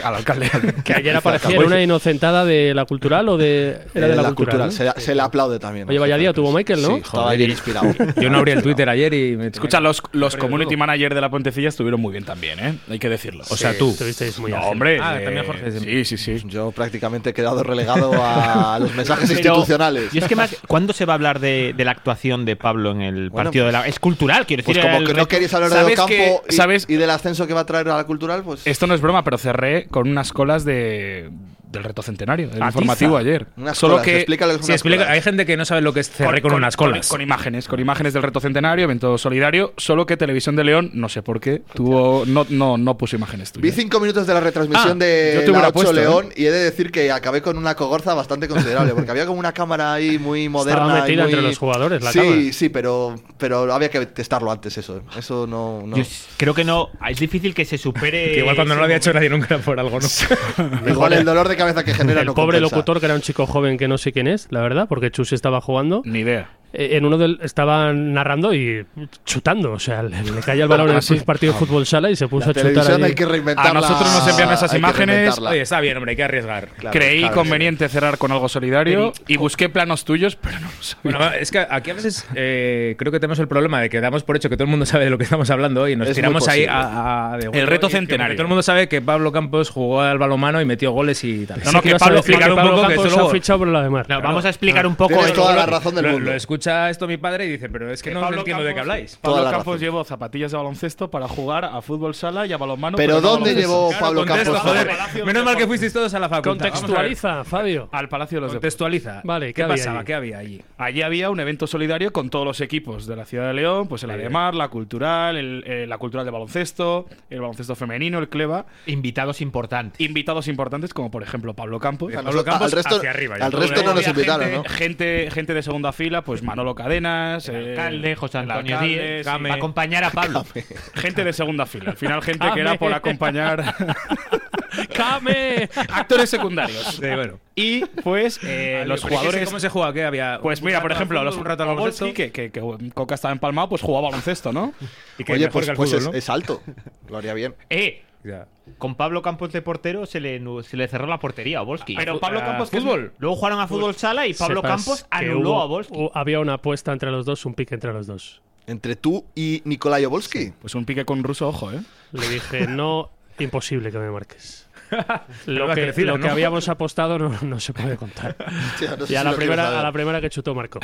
al alcalde.
Que ayer aparecía una inocentada de la cultural o de. Era
Eh, Pues- la
de la, cultural.
cultural,
¿no?
se la- se le aplaude también.
Oye, vaya día tuvo Michael, ¿no?
Sí, estaba bien inspirado.
Yo no abrí el Twitter ayer y me
Escucha, los, los community manager de la Pontecilla estuvieron muy bien también, ¿eh? Hay que decirlo. O sea,
Sí,
tú.
estuvisteis muy
no,
ágil.
hombre.
Ah,
eh,
también Jorge,
Sí, sí, sí.
Yo prácticamente he quedado relegado a los mensajes
Pero-
institucionales.
Y es que más, ¿cuándo se va a hablar de, de la actuación de Pablo en el
Bueno,
partido de la.
pues-
Es cultural, quiero decir.
Pues como
el
que no
reto-
queréis hablar de
¿Sabes
Ocampo
que-
y-
sabes-
y del ascenso que va a traer a la cultural, pues
Esto no es broma, pero cerré con unas colas de, del reto centenario, el
Atiza.
informativo ayer.
Unas
Solo
colas,
que.
explícale
Sí, explica- hay gente que no sabe lo que es cerré con, unas colas.
Con, imágenes, con imágenes del reto centenario, evento solidario, solo que Televisión de León, no sé por qué, tuvo, no, no, no puso imágenes
Vi
tuyas.
cinco minutos de la retransmisión
Ah, yo
de
te
la
hubiera
8
puesto, ¿eh?
León y he de decir que acabé con una cogorza bastante considerable porque había como una cámara ahí muy moderna. y
metida
muy-
entre los jugadores, la
sí,
cámara.
sí, pero, pero había que testarlo antes eso. Eso no... no.
Yo creo que no. Es difícil que se supere.
Que igual cuando
ese
no lo había hecho nadie nunca era por algo, ¿no?
Igual el dolor de cabeza que genera
El
no
pobre
compensa.
locutor, que era un chico joven que no sé quién es, la verdad, porque Chus estaba jugando.
Ni idea.
eh, En uno del, estaba narrando y chutando, o sea, le, le caía el balón en
Ah, sí.
el partido de fútbol sala y se puso
La
a chutar.
televisión
ahí.
hay que reinventarla.
A nosotros nos envían esas
hay que
imágenes,
reinventarla.
Oye, está bien, hombre, hay que arriesgar.
Claro,
Creí
claro,
conveniente cerrar con algo solidario
Pero-
y busqué planos tuyos, pero no lo sabía.
Bueno, va, es que aquí a veces eh, creo que tenemos el problema de que damos por hecho que todo el mundo sabe de lo que estamos hablando y nos
Es muy
tiramos ahí
posible.
a, a- de huevo
El reto
y que
centenario.
Todo el mundo sabe que Pablo Campos jugó al balomano y metió goles y tal.
No, no, que
Ibas a
Pablo-
decir
explicar
que
un
Pablo
poco que
Campos
eso luego-
ha fichado por la de Mar.
No, vamos a explicar un poco.
Tienes
el-
toda la razón del
lo,
mundo.
lo escucha esto mi padre y dice, pero es que, no
Pablo
entiendo de qué
Campos-
habláis.
Toda la
Pablo Campos
razón.
llevó zapatillas de baloncesto para jugar a fútbol sala y a balonmano.
Pero
no a
¿dónde
baloncesto.
llevó Pablo
Contesto,
Campos?
joder.
Palacio
Menos
de
mal que
Deportes.
fuisteis todos a la facultad.
Contextualiza, Fabio.
Al Palacio de los Deportes.
Contextualiza.
Vale, ¿qué
¿qué
había
pasaba?
allí?
¿Qué había allí?
Allí había un evento solidario con todos los equipos de la ciudad de León, pues el Ademar, la Cultural, el, eh, la Cultural de Baloncesto, el Baloncesto Femenino, el Cleva,
Invitados importantes.
invitados importantes como por ejemplo Pablo Campos,
A
Pablo
nosotros- al
Campos
resto,
hacia arriba, yo
al
creo
resto
que
no nos
había
invitaron, ¿no?
gente, gente de segunda fila, pues Manolo Cadenas,
El
eh,
alcalde, José
el
Antonio
alcalde,
Díez,
sí.
va a acompañar a Pablo.
gente de segunda fila, al final gente que era
Came.
por acompañar
¡Came!
actores secundarios.
Sí, bueno.
Y pues eh, los
Pero, ¿y ese
jugadores
¿Cómo se juega? ¿Qué había?
Pues
¿Un
mira,
rato
por
al
ejemplo,
fútbol,
los
un rato al baloncesto?
Podolski, que, que, que Coca estaba empalmado, pues jugaba baloncesto, ¿no?
Y que
Oye,
mejor
pues,
que al
pues
fútbol,
es,
¿no?
es alto. Lo haría bien.
¡Eh!
Ya.
Con Pablo Campos de portero se le, nu- se le cerró la portería a Volsky.
Pero Pablo
a
Campos, que-
fútbol.
Luego jugaron a
Pues
fútbol sala y Pablo
Sepas
Campos
que
anuló
hubo-
a Volsky.
hu- Había una apuesta entre los dos, un pique entre los dos.
Entre tú y Nikolai Obolski.
Pues un pique con ruso, ojo, ¿eh?
Le dije, no, imposible que me marques.
va
Lo
a
que,
crecer,
lo
¿no?
que habíamos apostado no, no se puede contar.
Hostia, no sé
Y a
si
la,
lo quiero
primera,
saber.
a la primera que chutó Marco.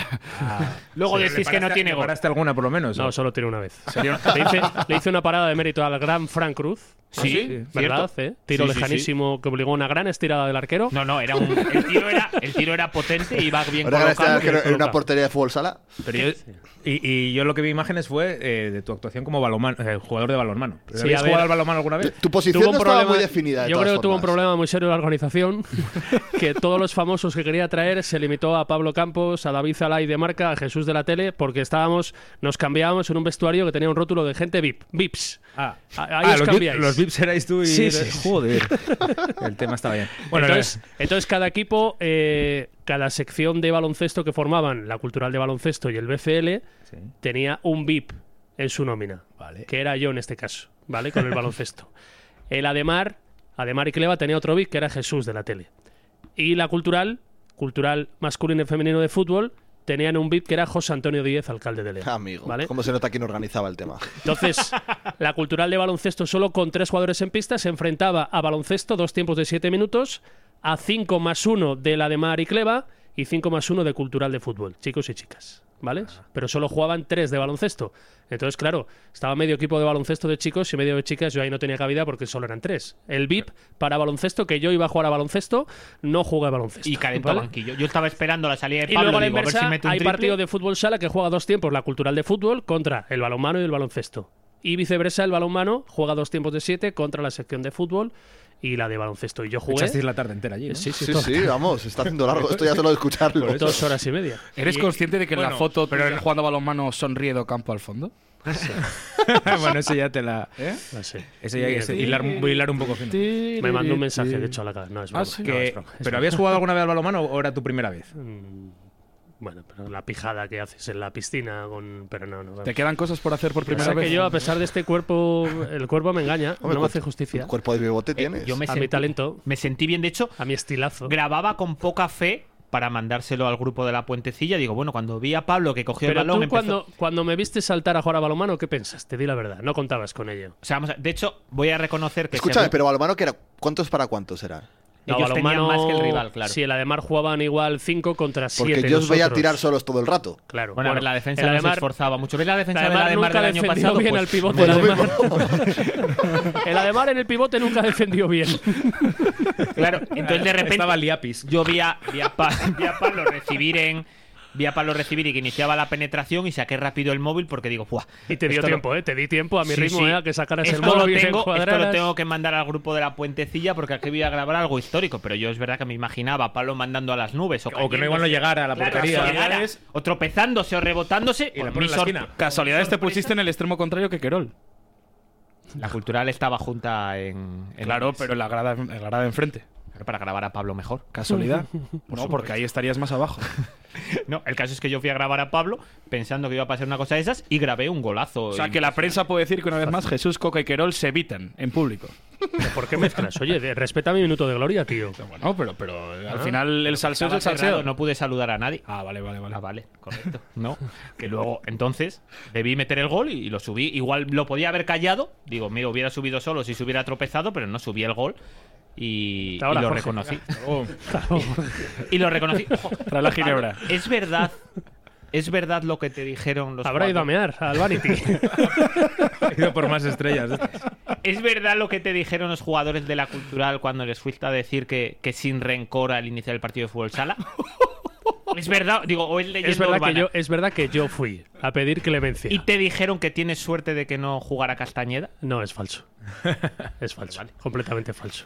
Luego
Pero
decís
le
que no
paraste-
tiene
le
gol.
paraste alguna, por lo menos?
No,
¿o?
solo tiene una vez. Le hice, le hice una parada de mérito al gran Frank Cruz.
¿Ah, Sí,
¿Verdad?
cierto.
eh? Tiro
Sí, sí, sí.
lejanísimo que obligó a una gran estirada del arquero.
No, no, era un, el, tiro era, el tiro era potente y iba bien
Ahora gracias
colocado.
a que era- era una
colocado.
portería de fútbol sala.
Pero yo- y, y yo lo que vi imágenes fue eh, de tu actuación como balonmano, eh, jugador de balonmano.
Sí,
¿Habías
a ver.
jugado al balonmano alguna vez?
Tu posición
Tuvo
no
un
estaba
problema-
muy definida. de
Yo creo
todas
que tuvo un
formas.
problema muy serio en la organización, que todos los famosos que quería traer se limitó a Pablo Campos, a David Zalay de marca, a Jesús de la tele, porque estábamos, nos cambiábamos en un vestuario que tenía un rótulo de gente VIP, VIPs.
Ah,
A- ahí
Ah,
os
los, vi-
cambiáis.
los VIPs erais tú y.
Sí, sí.
Joder. El tema estaba bien. Bueno, eh.
entonces, entonces cada equipo, eh, cada sección de baloncesto que formaban, la cultural de baloncesto y el BCL,
Sí.
tenía un VIP en su nómina,
Vale.
que era yo en este caso, ¿vale? Con el baloncesto. El Ademar, Ademar y Cleva tenía otro VIP que era Jesús de la tele. Y la cultural, cultural masculino y femenino de fútbol, tenían un VIP que era José Antonio Díez, alcalde de León.
Amigo,
¿vale?
¿cómo se nota quién organizaba el tema?
Entonces, la cultural de baloncesto solo con tres jugadores en pista se enfrentaba a baloncesto dos tiempos de siete minutos, a cinco más uno de la de Mar y Cleva y 5 más 1 de cultural de fútbol, chicos y chicas. ¿Vale? Pero solo jugaban 3 de baloncesto. Entonces, claro, estaba medio equipo de baloncesto de chicos y medio de chicas. Yo ahí no tenía cabida porque solo eran 3. El VIP para baloncesto, que yo iba a jugar a baloncesto, no jugué a baloncesto.
Y calentó
¿vale?
banquillo. Yo estaba esperando la salida de
Y
Eh, Pablo.
luego a la
digo, a ver
inversa,
si mete un
hay
triple.
partido de fútbol sala que juega dos tiempos, la cultural de fútbol contra el balonmano y el baloncesto. Y viceversa, el balonmano juega dos tiempos de siete contra la sección de fútbol y la de baloncesto. Y yo jugué
Echasteis la tarde entera allí. ¿no?
Sí, sí,
Sí,
toda
sí,
la tarde.
vamos, está haciendo largo esto ya solo de escucharlo.
Por eso.
dos horas y media.
¿Eres
Y-
consciente de que en la
bueno,
foto
pero
pero
no-
jugando a balonmano sonríe Do Campo al fondo?
bueno, eso ya te la.
¿Eh?
No sé.
Eso ya hay que hilar, voy a hilar un poco fino.
Me mandó un mensaje, de hecho, a la cara. No, es
Ah,
broma.
¿sí?
No,
Que-
es broma. Es
¿Pero
broma.
habías jugado alguna vez al balonmano o era tu primera vez?
Mm, Bueno, pero la pijada que haces en la piscina con... Pero no, no. vamos.
¿Te quedan cosas por hacer por
O
primera
sea
vez?
que yo, a pesar de este cuerpo, el cuerpo me engaña,
Hombre,
no me
cu-
hace justicia.
Cuerpo de bigote tienes.
Yo me
A mi
sentí,
talento,
me sentí bien. De hecho,
a mi estilazo.
grababa con poca fe para mandárselo al grupo de la puentecilla. Digo, bueno, cuando vi a Pablo que cogió
Pero
el balón,
tú
empezó-
cuando, cuando me viste saltar a jugar a balonmano, ¿qué pensaste? Di la verdad, no contabas con ello.
O sea, vamos a- de hecho, voy a reconocer que
Escúchame,
según-
pero balonmano, que era, ¿cuántos para cuántos era?
No,
ellos tenían
balonmano,
más que el rival, claro.
Sí, el Ademar jugaban igual 5 contra 7.
Porque yo os veía tirar solos todo el rato.
Claro.
Bueno, a ver, la defensa
el
no se
Ademar-
esforzaba mucho. ¿Ves la defensa
el Ademar
del Ademar
nunca
del año
defendió
pasado?
bien
Pues,
al pivote.
pues,
el, Ademar, el Ademar en el pivote nunca defendió bien.
Claro, entonces de repente
Estaba Liapis.
yo vi a, vi a Pa- vi a Pablo recibir en... Vi a Pablo recibir y que iniciaba la penetración y saqué rápido el móvil porque digo, ¡buah!
Y te dio
esto lo-
tiempo, ¿eh? Te di tiempo a mi
Sí,
ritmo,
sí.
¿eh? A que sacaras el
esto
móvil
lo
y
tengo, esto lo
encuadraras.
tengo que mandar al grupo de la puentecilla porque aquí voy a grabar algo histórico, pero yo es verdad que me imaginaba a Pablo mandando a las nubes o,
O que no igual no
cayéndose.
llegara a la
Claro,
portería.
o llegara, o tropezándose o rebotándose
Y la
Con
pone en
mi
la
sor-
esquina.
Casualidades te
sorpresa.
pusiste en el extremo contrario que Querol.
La cultural estaba junta en, en-
Claro, pero en la grada, en la grada de enfrente.
para grabar a Pablo mejor.
Casualidad. no, porque ahí estarías más abajo.
No, el caso es que yo fui a grabar a Pablo pensando que iba a pasar una cosa de esas y grabé un golazo.
O sea
Y-
que la prensa puede decir que una vez más Jesús Coca y Querol se evitan en público.
Pero ¿Por qué mezclas? Oye, de- respeta mi minuto de gloria, tío.
Bueno, pero, pero al final el salseo es
Estaba
el salseo.
cerrado, no pude saludar a nadie.
Ah, vale, vale, vale.
Ah, vale, correcto. No, que luego, entonces, debí meter el gol y, y lo subí. Igual lo podía haber callado. Digo, me hubiera subido solo si se hubiera tropezado, pero no subí el gol. Y,
Hasta ahora,
y lo
Jorge.
reconocí. y lo reconocí. Ojo,
Trae la ginebra.
Es verdad. Es verdad lo que te dijeron los
Habrá ido a
jugadores.
mear al Vanity.
Ha ido por más estrellas.
Es verdad lo que te dijeron los jugadores de la cultural cuando les fuiste a decir que, que sin rencor al iniciar el partido de fútbol sala. Es verdad, digo, o es leyenda
es, verdad que
urbana.
yo, es verdad que yo fui a pedir clemencia.
¿Y te dijeron que tienes suerte de que no jugara Castañeda?
No, es falso. Es falso. Completamente falso.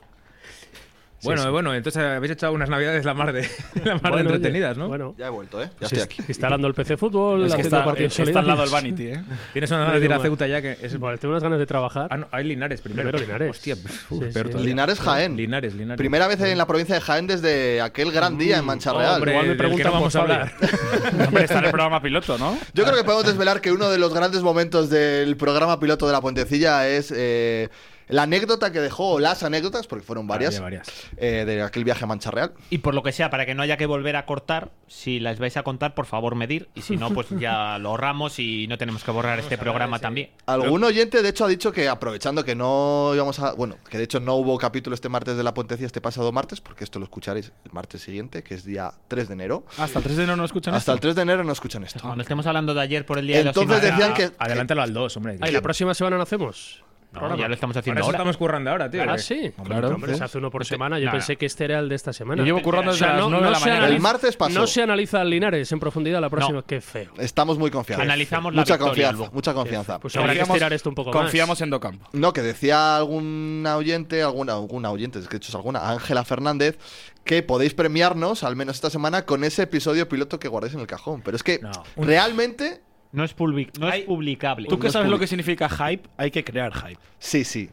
Bueno,
sí.
bueno, entonces habéis echado unas navidades la mar de, la mar de
Bueno, oye,
entretenidas, ¿no?
Bueno.
Ya he vuelto, ¿eh? Ya
Sí,
estoy aquí.
Instalando el PC fútbol,
Es que
haciendo
está,
partidos
eh, está al lado
solidarios.
el Vanity, ¿eh?
Tienes una ganas de ir a Ceuta ya que es
Vale, tengo unas ganas de trabajar.
Ah, no, hay Linares primero.
Primero Linares.
Hostia, uf,
Sí,
peor
sí.
todavía.
Linares, Jaén.
Linares, Linares.
Primera vez en la provincia de Jaén desde aquel gran día en Mancha Real.
Hombre,
Igual me
del que
preguntan
no vamos a
por
hablar.
Hombre, está en el programa piloto, ¿no?
Yo creo que podemos desvelar que uno de los grandes momentos del programa piloto de la Puentecilla es eh, la anécdota que dejó, o las anécdotas, porque fueron varias,
Había varias.
eh, de aquel viaje a Mancha Real.
Y por lo que sea, para que no haya que volver a cortar, si las vais a contar, por favor, medir. Y si no, pues ya lo ahorramos y no tenemos que borrar este programa también.
Algún oyente, de hecho, ha dicho que aprovechando que no íbamos a. Bueno, que de hecho no hubo capítulo este martes de la Puentecilla, este pasado martes, porque esto lo escucharéis el martes siguiente, que es día 3 de enero.
Hasta el 3 de enero no escuchan
Hasta el
esto. Ah,
3 de enero no escuchan esto.
Cuando estemos hablando de ayer por el día de los
Entonces
Inmaculada-
decían que-
Adelántalo al 2, hombre.
Ay, la próxima semana no hacemos.
No, ya lo estamos
Para
haciendo
eso
ahora.
estamos currando ahora, tío.
Ah,
que-
sí.
Hombre,
Claro.
Hombre, se hace uno por semana. Yo
nada.
pensé que este era el de esta semana.
Yo llevo currando
O sea,
desde
no-
las 9 de
no
la
se
mañana.
El martes pasó.
No se analiza el Linares en profundidad la próxima.
No.
Qué feo.
eh, Estamos muy confiados.
Analizamos la
mucha
victoria,
confianza,
Albo.
mucha confianza.
Pues habrá que
Confiamos-
estirar esto un poco más.
Confiamos en Docampo.
No, que decía alguna oyente, alguna, alguna oyente, es que de hecho es alguna, Ángela Fernández, que podéis premiarnos, al menos esta semana, con ese episodio piloto que guardéis en el cajón. Pero es que
No.
realmente,
No es, public- no es publicable.
Tú que sabes lo que significa hype, hay que crear hype.
sí, sí.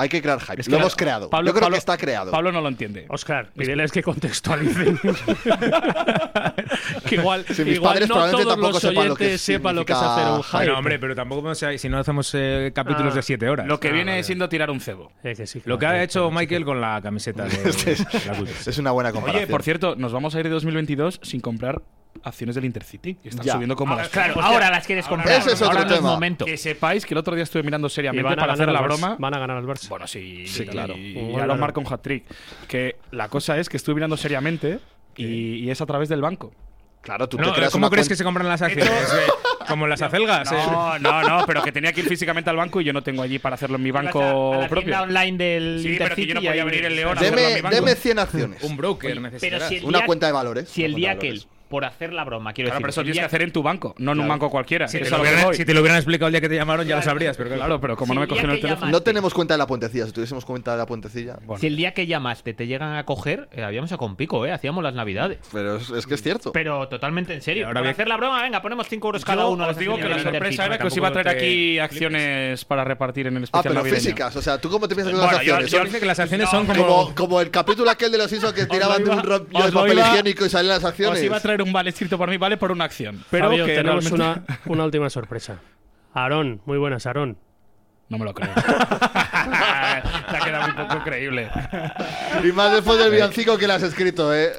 Hay que crear hype.
Es que
lo
la-
hemos creado.
Pablo-
Yo creo
Pablo-
que está creado.
Pablo no lo entiende.
Oscar, pídeles que contextualicen. que igual,
Si mis
igual
padres probablemente
no todos
tampoco
los
sepan
oyentes
lo que
sepan lo que es
significa
hacer un hype.
Bueno, hombre, pero tampoco podemos- si no hacemos eh, capítulos
Ah.
de 7 horas.
Lo que
Ah,
viene
vale.
siendo tirar un cebo.
Eh, que sí, que
Lo que
no,
ha
eh,
hecho Michael con la camiseta de
Este es,
la Cultural.
es una buena comparación.
Oye, por cierto, nos vamos a ir de 2022 sin comprar acciones del Intercity, que están
Ya.
subiendo como las
Claro,
Hostia,
ahora las quieres comprar.
Ese es otro
ahora no
tema.
momento.
Que sepáis que el otro día estuve mirando
Y
seriamente
van a
para hacer
ganar
la
al Barça.
broma.
Van a ganar al Barça.
Bueno, sí,
Sí, claro.
Y,
Bueno,
ahora
claro.
marca un hat-trick. Que la cosa es que estuve mirando seriamente y, y es a través del banco.
Claro,
No, ¿Cómo crees que se compran las acciones? Eh, Como las acelgas.
No, no, no, pero que tenía que ir físicamente al banco y yo no tengo allí para hacerlo en mi banco propio.
online del
Sí, pero que
Intercity
yo no
y
podía
ahí-
venir el León a hacerlo en mi
Deme,
banco.
deme 100 acciones.
Un broker
Pero si el
Una
día-
cuenta de valores.
Si el
Una
día
cuenta
que
de
él, por hacer la broma, quiero
Claro,
decir.
pero eso
el
tienes
día-
que hacer en tu banco, no en un
Claro.
banco cualquiera.
Si
Eso
te
es
lo
a lo que
hubieran-
voy.
Si te lo hubieran explicado el día que te llamaron, ya lo sabrías. Pero claro.
Claro, pero como no me cogieron el teléfono.
No tenemos cuenta de la puentecilla. Si tuviésemos cuenta de la puentecilla.
Si el día que llamaste te llegan a coger, eh, habíamos a con pico, ¿eh? Hacíamos las navidades.
Pero es, es que es cierto.
Pero totalmente en serio.
ahora
Para
bien-
hacer la broma, venga, ponemos 5 euros cada
Yo
uno. a
os digo que la
afiliadas del
sorpresa
Intercity.
era que os iba a traer aquí acciones para repartir en el
Ah,
especial
pero
navideño.
físicas. O sea, ¿tú cómo te piensas que son
Bueno,
las
yo-
acciones?
yo
Son-
dije que las acciones son
como...
como-
Como, el capítulo aquel de los ISO que tiraban de un rollo de papel higiénico y salían las acciones.
Os iba a traer un vale escrito por mí, vale por una acción. Pero
Fabio,
que
tenemos
realmente-
una, una última sorpresa. Aarón, muy buenas, Aarón.
No me lo creo. Te ha quedado un poco creíble.
Y más después del villancico que le has escrito, ¿eh?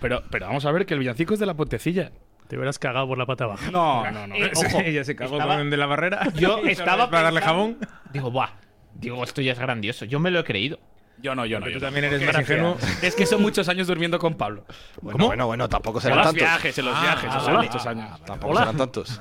Pero, pero vamos a ver que el villancico es de la puentecilla.
Te hubieras cagado por la pata abajo.
No, no, no.
Eh, ojo,
Ella se cagó
estaba-
con de la barrera.
Yo estaba.
para darle
pensando-
jabón.
Digo, buah. Digo, esto ya es grandioso. Yo me lo he creído.
Yo no, yo no.
Porque
yo
tú
no.
también eres
Qué
más
gracia.
ingenuo.
Es que son muchos años durmiendo con Pablo.
Bueno, bueno, bueno, tampoco
En
serán
los
tantos.
viajes, en
Ah,
los viajes. Son
hola.
muchos años.
Tampoco serán tantos.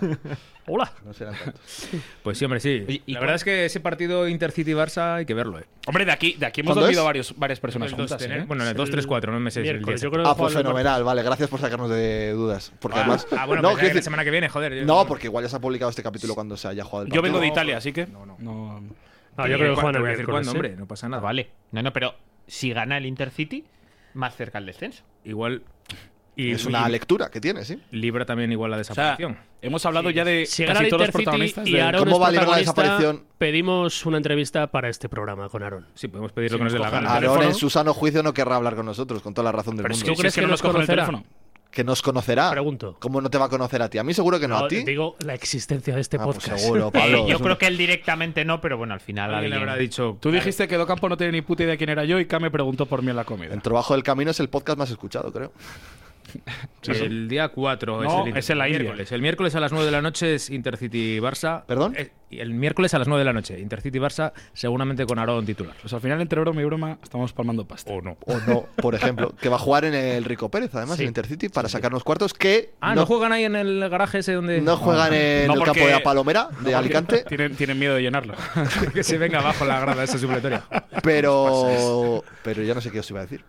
Hola.
No serán tantos.
Pues sí, hombre, sí.
Oye, ¿y
la
cuál-
verdad es que ese partido Intercity-Barça hay que verlo, ¿eh?
Hombre, de aquí, de aquí hemos
¿Cuándo
dormido
es?
varios, varias personas
El dos,
juntas.
tener-
¿eh?
Bueno, el 2, 3, 4, no me sé. el
Miércoles,
10.
yo creo que
Ah, pues
juegan los
fenomenal. Vale, gracias por sacarnos de dudas. Porque
Ah,
además. no,
ah, bueno, pensaba
quiero
que la
decir-
semana que viene, joder. yo-
no, porque igual ya se ha publicado este capítulo cuando se haya jugado el
Yo vengo de
partido.
Italia, así que. no.
Ah, yo creo que
¿Cuándo?
juegan
Te
el
voy a decir
miércoles,
cuándo,
¿eh?
hombre, no pasa nada.
Vale. No, no, pero si gana el Intercity, más cerca el descenso.
Igual. Y,
Es una
y
lectura que tiene, sí.
libra también igual la
O sea,
desaparición.
hemos hablado ya de
Si gana
casi
el
todos los
Intercity
protagonistas.
y
del-
Aarón
¿Cómo
es
vale la
protagonista,
desaparición?
pedimos una entrevista para este programa con Aarón.
sí, podemos pedir lo que nos dé la
cojan
gana.
el
Aaron,
teléfono.
en su sano juicio, no querrá hablar con nosotros, con toda la razón del
Pero es
mundo.
que,
¿Tú
si
crees
es que
que
no nos
nos
cogen el
conocerá?
teléfono.
Que nos conocerá.
Pregunto.
¿Cómo no te va a conocer a ti? A mí seguro que no, a
No,
ti.
digo la existencia de este
Ah, pues
podcast.
seguro,
Eh,
Pablo. es
yo
un-
creo que él directamente no, pero bueno, al final
Alguien
alguien.
le habrá dicho.
Tú dijiste que Docampo no tenía ni puta idea de quién era yo y K me preguntó por mí en la comida.
El trabajo del camino es el podcast más escuchado, creo.
El día 4
No,
es el,
es en la India.
miércoles. El miércoles a las 9 de la noche es Intercity-Barça.
¿Perdón?
Eh, y el miércoles a las 9 de la noche, Intercity-Barça, seguramente con Aarón titular.
Pues al final, entre broma y broma, estamos palmando pasta.
O no.
O no, por ejemplo. Que va a jugar en el Rico Pérez, además, en Intercity, para sacarnos cuartos que
Ah, ¿no, juegan ahí en el garaje ese donde.
no
Ah.
juegan en
No,
el campo
porque-
de la Palomera, de Alicante.
Tienen, tienen miedo de llenarlo.
que se venga abajo la grada esa supletoria.
Pero. Pero ya no sé qué os iba a decir.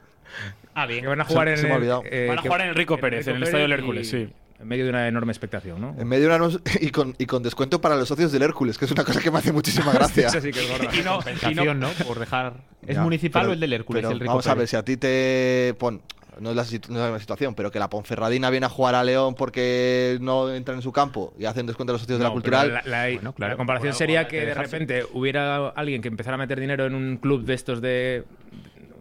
Ah, bien.
Que van a jugar
Se-
en. eh,
se me ha olvidado.
Van a
que-
jugar en el Rico Pérez, en el estadio del Hércules,
y-
sí.
En medio de una enorme expectación, ¿no?
En medio de una. nos- Y con, y con descuento para los socios del Hércules, que es una cosa que me hace muchísima gracia.
Esa sí que es gorda.
Y no, ¿no? Por dejar. ¿Es
Ya,
municipal
pero-
o el del Hércules?
pero
el Rico
vamos a ver,
Pérez?
si a ti te pon. No es, la, situ- no es la misma situación, pero que la Ponferradina viene a jugar a León porque no entra en su campo y hacen descuento a los socios de la
No,
cultural.
pero La, la-
Bueno, claro,
la comparación
por algo
sería
hay
que
que
de
dejarse.
repente hubiera alguien que empezara a meter dinero en un club de estos de,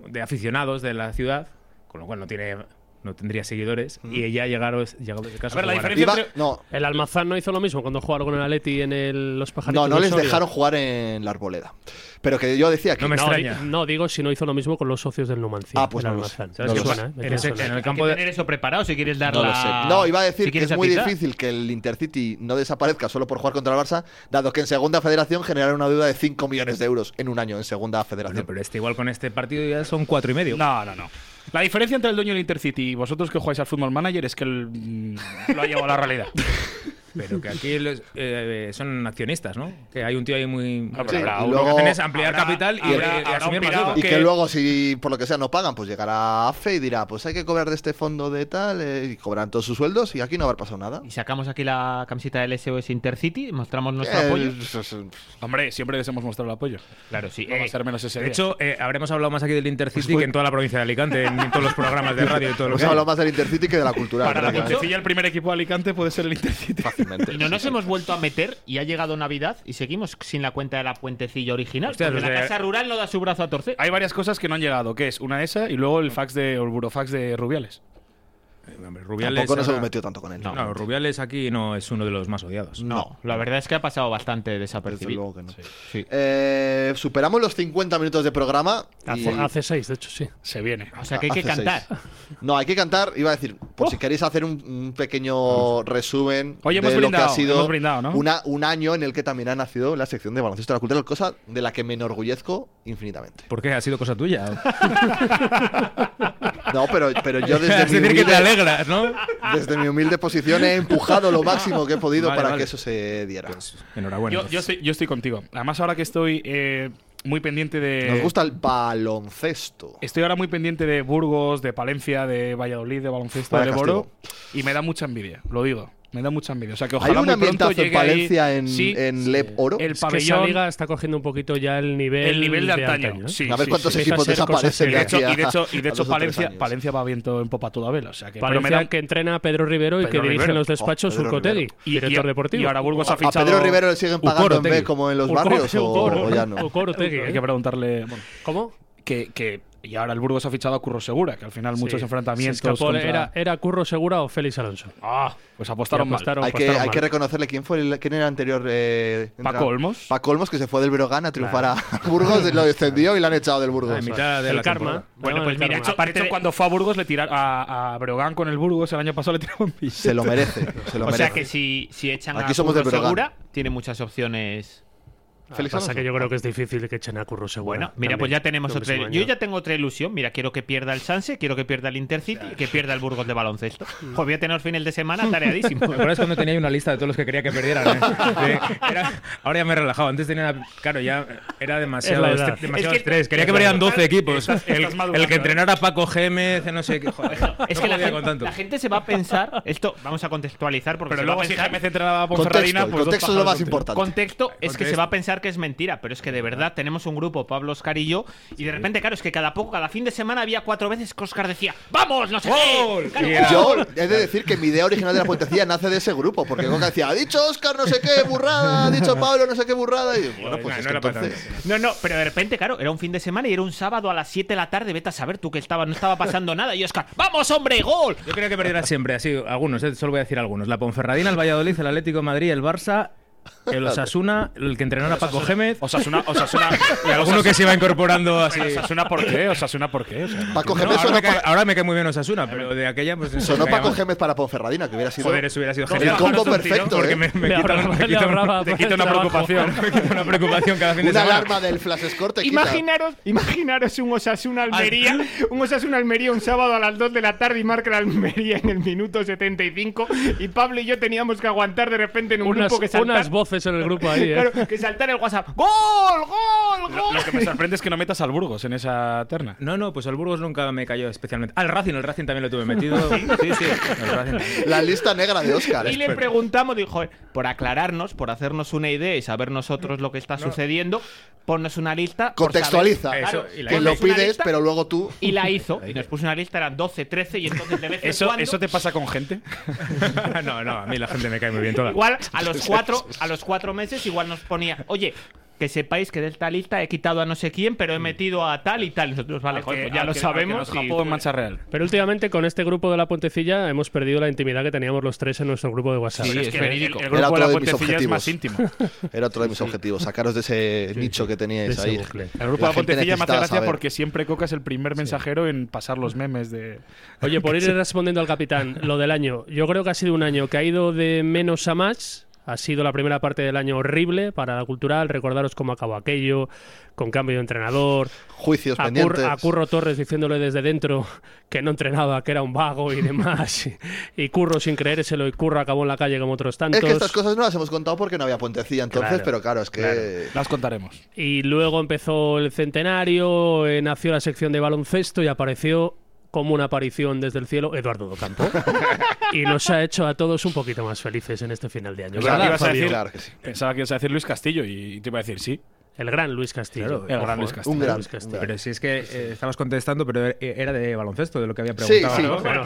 de aficionados de la ciudad, con lo cual no tiene no tendría seguidores,
Mm.
y ella llegaron llegado ese caso.
A ver, la
a jugar.
diferencia-
Iba-
entre-
no,
El Almazán no hizo lo mismo cuando jugaron con el Atleti en el- los pajaritos.
no, no
de
les
Soria.
dejaron jugar en la arboleda. Pero que yo decía que.
No me
No,
extraña.
di- no, digo si no hizo lo mismo con los socios del Numancia.
Ah, pues
el
no lo
Almazán.
sé.
¿Sabes
No
qué
lo
Me
pasa?
suena, ¿eh? Me
En ese-
suena.
en
Hay
el
que
campo de,
tener eso preparado si quieres dar
No lo
la.
sé. No, iba a decir
si
que
quieres
es muy
la pizza.
difícil que el Intercity no desaparezca solo por jugar contra el Barça, dado que en Segunda Federación generaron una deuda de 5 millones de euros en un año en Segunda
Bueno,
Federación.
pero este igual con este partido ya son cuatro y medio.
No, no, no. La diferencia entre el dueño del Intercity y vosotros que jugáis al Football Manager es que el, mm, lo ha llevado a la realidad.
Pero que aquí los- eh, son accionistas, ¿no? Que hay un tío ahí muy.
No, pero
Sí,
habrá
y
uno-
lo que hacen es ampliar
habrá-
capital y,
habrá-
y
habrá
asumir
un
más
pirado
deuda.
Y que...
que-
luego, si por lo que sea no pagan, pues llegará AFE y dirá: Pues hay que cobrar de este fondo de tal, eh, y cobran todos sus sueldos y aquí no habrá pasado nada.
Y sacamos aquí la camiseta del SOS Intercity, mostramos
Pues
nuestro
Eh,
apoyo.
es- es-
Hombre, siempre les hemos mostrado el apoyo.
Claro, sí.
No va a
eh,
ser menos ese
De
día.
hecho, eh, habremos hablado más aquí del Intercity
Pues voy-
que en toda la provincia de Alicante, en, todos los programas de radio y todo lo
Hemos
que hay.
hablado más del Intercity que de la cultura.
para la
prácticamente.
puentecilla el primer equipo de Alicante puede ser el Intercity.
Fácilmente.
Y no nos hemos vuelto a meter y ha llegado Navidad y seguimos sin la cuenta de la puentecilla original.
Hostia,
porque
los
la
de-
casa rural no da su brazo a torcer.
Hay varias cosas que no han llegado, que es una esa y luego el fax de o el burofax de Rubiales.
Hombre, Rubiales
Tampoco nos
ahora-
hemos metido tanto con él.
No, Rubiales aquí no es uno de los más odiados.
No, la verdad es que ha pasado bastante
desapercibido.
Desde luego que no. Eh, superamos los 50 minutos de programa. y-
Hace, hace seis, de hecho, sí.
Se viene.
O sea, que hay que
Hace seis.
cantar.
No, hay que cantar. Iba a decir, por
Oh.
si queréis hacer un, un pequeño resumen
Hoy hemos
de lo que
brindado,
ha sido
hemos brindado, ¿no?
una- un año en el que también ha nacido la sección de baloncesto de la cultura, cosa de la que me enorgullezco infinitamente.
¿Por qué? ¿Ha sido cosa tuya?
No, pero, pero yo desde
es
mi
decir, que te
humilde-
alegras, ¿no?
Desde mi humilde posición he empujado lo máximo que he podido
Vale,
para
vale.
que eso se diera.
Pues, Enhorabuena.
Yo, yo estoy, yo estoy contigo. Además, ahora que estoy eh, muy pendiente
eh,
de.
Nos gusta el baloncesto.
Estoy ahora muy pendiente de Burgos, de Palencia, de Valladolid, de baloncesto,
Vaya
de Boro. Y me da mucha envidia, lo digo. Me da mucha envidia. O sea, que
Hay
ojalá
un
muy pronto
ambientazo en
llegue
Palencia
ahí-
en,
Sí,
en Lep Oro.
el
Es que esa
pabellón.
liga está cogiendo un poquito ya el nivel,
El nivel de antaño.
¿eh?
sí,
A ver
sí,
cuántos
sí.
equipos
Empieza a ser cosas
desaparecen
Y
de
de hecho,
aquí a-
y de hecho, y de
a
hecho
dos o tres
Palencia,
años.
Palencia va viento en popa toda vela. O sea, que, pero me
Palencia,
da-
que entrena a Pedro Rivero y
Pedro
que dirige
Rivero.
los despachos
Oh, Pedro
Urcotegui,
Rivero.
y- y-
director deportivo.
Y ahora Burgos ha
¿A
fichado.
Pedro Rivero le siguen pagando en
Ucorotegui.
B como en los
Urco-
barrios
sí,
o,
Ucoro-
o ya no?
Ucorotegui,
Hay
¿eh?
que preguntarle. bueno,
¿Cómo?
que, que- y ahora el Burgos ha fichado a Curro Segura, que al final muchos
Sí,
enfrentamientos.
se escapó,
contra-
era, era Curro Segura o Félix Alonso.
Ah, pues apostaron,
Y
mal.
apostaron-
Hay que,
apostaron
hay
mal.
que reconocerle quién fue el, quién era el anterior. eh, entra-
Olmos.
Paco Olmos, que se fue del Breogán a triunfar a Burgos, lo descendió y lo han echado del Burgos.
en mitad de
El
la
karma.
temporada.
Bueno,
¿no?
pues
El
mira, de
karma.
hecho, de hecho, cuando fue a Burgos le tiraron a, a Breogán con el Burgos el año pasado le tiraron billete.
Se lo merece. Se lo
O
merece.
sea que si, si echan
Aquí
a
somos del
Curro
Breogán.
Segura, tiene muchas opciones.
Félix
pasa
Alonso.
que yo creo que es difícil que echen a Curro Segura.
Bueno, mira,
también,
pues ya tenemos
lo
otra.
mismo
Yo
año.
ya tengo otra ilusión. Mira, quiero que pierda el Sanse, quiero que pierda el Intercity y que pierda el Burgos de baloncesto. Pues voy a tener fines de semana tareadísimo.
¿Me Mm. acuerdas cuando tenía una lista de todos los que quería que perdieran? eh? De- era- ahora ya me he relajado. Antes tenía. una- Claro, ya era demasiado,
Es la edad.
estre-
Es
demasiado
que-
estrés. Quería que perdieran 12 equipos. el, el que entrenara a Paco Gémez, no sé qué. Joder,
¿eh? Es
no
que la
podía con
gente,
tanto.
la gente se va a pensar. Esto vamos a contextualizar porque
Pero
se
luego
va a
si
pensar-
Jaime se entrenaba a
Contexto,
Ponferradina,
el
pues dos
contexto es lo
pájaros
más
de un tiro.
importante.
Contexto es que
Contexto.
se va a pensar que es mentira, pero es que de verdad tenemos un grupo, Pablo, Oscar y yo, y de repente, claro, es que cada poco, cada fin de semana había cuatro veces que Oscar decía, ¡Vamos! ¡No sé qué!
¡Gol!
Claro,
Y era-
Yo he de decir que mi idea original de la puentecilla nace de ese grupo, porque Coca decía, ha dicho Oscar no sé qué burrada, ha dicho Pablo no sé qué burrada. Y yo, bueno, pues
Joder,
es que
no era para
entonces-
tanto.
No, no, pero de repente, claro, era un fin de semana y era un sábado a las 7 de la tarde, vete a saber tú que estaba, no estaba pasando nada, y Oscar, ¡Vamos, hombre, gol!
Yo quería que perdieran siempre, así, algunos, eh, solo voy a decir algunos. La Ponferradina, el Valladolid, el Atlético de Madrid, el Barça, el Osasuna, el que entrenara a Paco Gémez.
Osasuna, Osasuna.
Y alguno que se iba incorporando así.
Osasuna, ¿por qué? Osasuna, ¿por qué? O sea,
Paco
No,
Gémez
ahora,
sonó,
me cae,
pa-
ahora me cae muy bien Osasuna, pero de aquella pues no sé,
sonó
me
Paco
cae mal.
Gémez para Ponferradina, que hubiera sido
Joder, eso hubiera sido
el
genial.
combo perfecto.
porque
¿eh?
me, me
Le
quita,
ahorraba-
me
le
quita una-
ahorraba
te quita
el
una
trabajo.
preocupación. me quita una preocupación cada fin de
Una
semana.
alarma del flash score te quita.
Imaginaros, imaginaros un Osasuna Almería, un Osasuna Almería un sábado a las 2 de la tarde y marca la Almería en el minuto 75 y Pablo y yo teníamos que aguantar de repente en un
Unas,
grupo que saltar,
unas voces en el grupo ahí, ¿eh?
claro, que saltar el WhatsApp. ¡Gol, gol,
lo,
gol!
lo que me sorprende es que no metas al Burgos en esa terna.
No, no, pues el Burgos nunca me cayó especialmente. Al Racing, el Racing también lo tuve metido. Sí, sí, el Racing también.
La lista negra de Oscar.
Y le preguntamos, dijo, por aclararnos, por hacernos una idea y saber nosotros lo que está sucediendo, ponnos una lista. por
Contextualiza.
saber-
Eso, y la-
Que lo
ponnos una
pides,
lista
pero luego tú.
Y la hizo, y nos puso una lista, eran 12, 13, y entonces de vez en
¿Eso,
cuando-
¿Eso te pasa con gente?
no, no, a mí la gente me cae muy bien toda.
Igual a los cuatro, a los cuatro meses igual nos ponía, oye, que sepáis que de esta lista he quitado a no sé quién, pero he metido a tal y tal. Nosotros, vale, joder, pues ya lo sabemos. y- pues
Japón, Mancha Real.
Pero últimamente con este grupo de la Puentecilla hemos perdido la intimidad que teníamos los tres en nuestro grupo de WhatsApp.
Sí, es
Que el, el
verídico.
grupo
Era
de
otro
la
de mis
Pontecilla es más
objetivos.
íntimo.
Era otro de mis objetivos, sacaros de ese nicho que
de
teníais
ese
ahí.
bucle.
El grupo
La
de la
gente
Pontecilla me hace
necesitaba
gracia
saber.
porque siempre Coca es el primer mensajero en pasar los memes de.
Oye, por ir respondiendo al capitán, lo del año. Yo creo que ha sido un año que ha ido de menos a más. Ha sido la primera parte del año horrible para la cultural. Recordaros cómo acabó aquello, con cambio de entrenador.
Juicios
A, Cur-
pendientes.
a Curro Torres diciéndole desde dentro que no entrenaba, que era un vago y demás. Y Curro sin creérselo y Curro acabó en la calle como otros tantos.
Es que estas cosas no las hemos contado porque no había puentecilla entonces,
Claro,
pero claro, es que.
Las contaremos.
Y luego empezó el centenario, eh, nació la sección de baloncesto y apareció como una aparición desde el cielo Eduardo Docampo. y nos ha hecho a todos un poquito más felices en este final de año.
Pensaba
¿Verdad,
que ibas a
Fabio?
decir-
Claro que sí.
Pensaba que ibas a decir Luis Castillo y te iba a decir sí.
El gran Luis Castillo.
Claro, el
Ojo,
gran Luis
eh.
Castillo.
Un gran Luis Castillo.
Pero si es que eh, estabas contestando, pero er- era de baloncesto, de lo que había
Sí,
preguntado.
sí.
¿no?
Pero,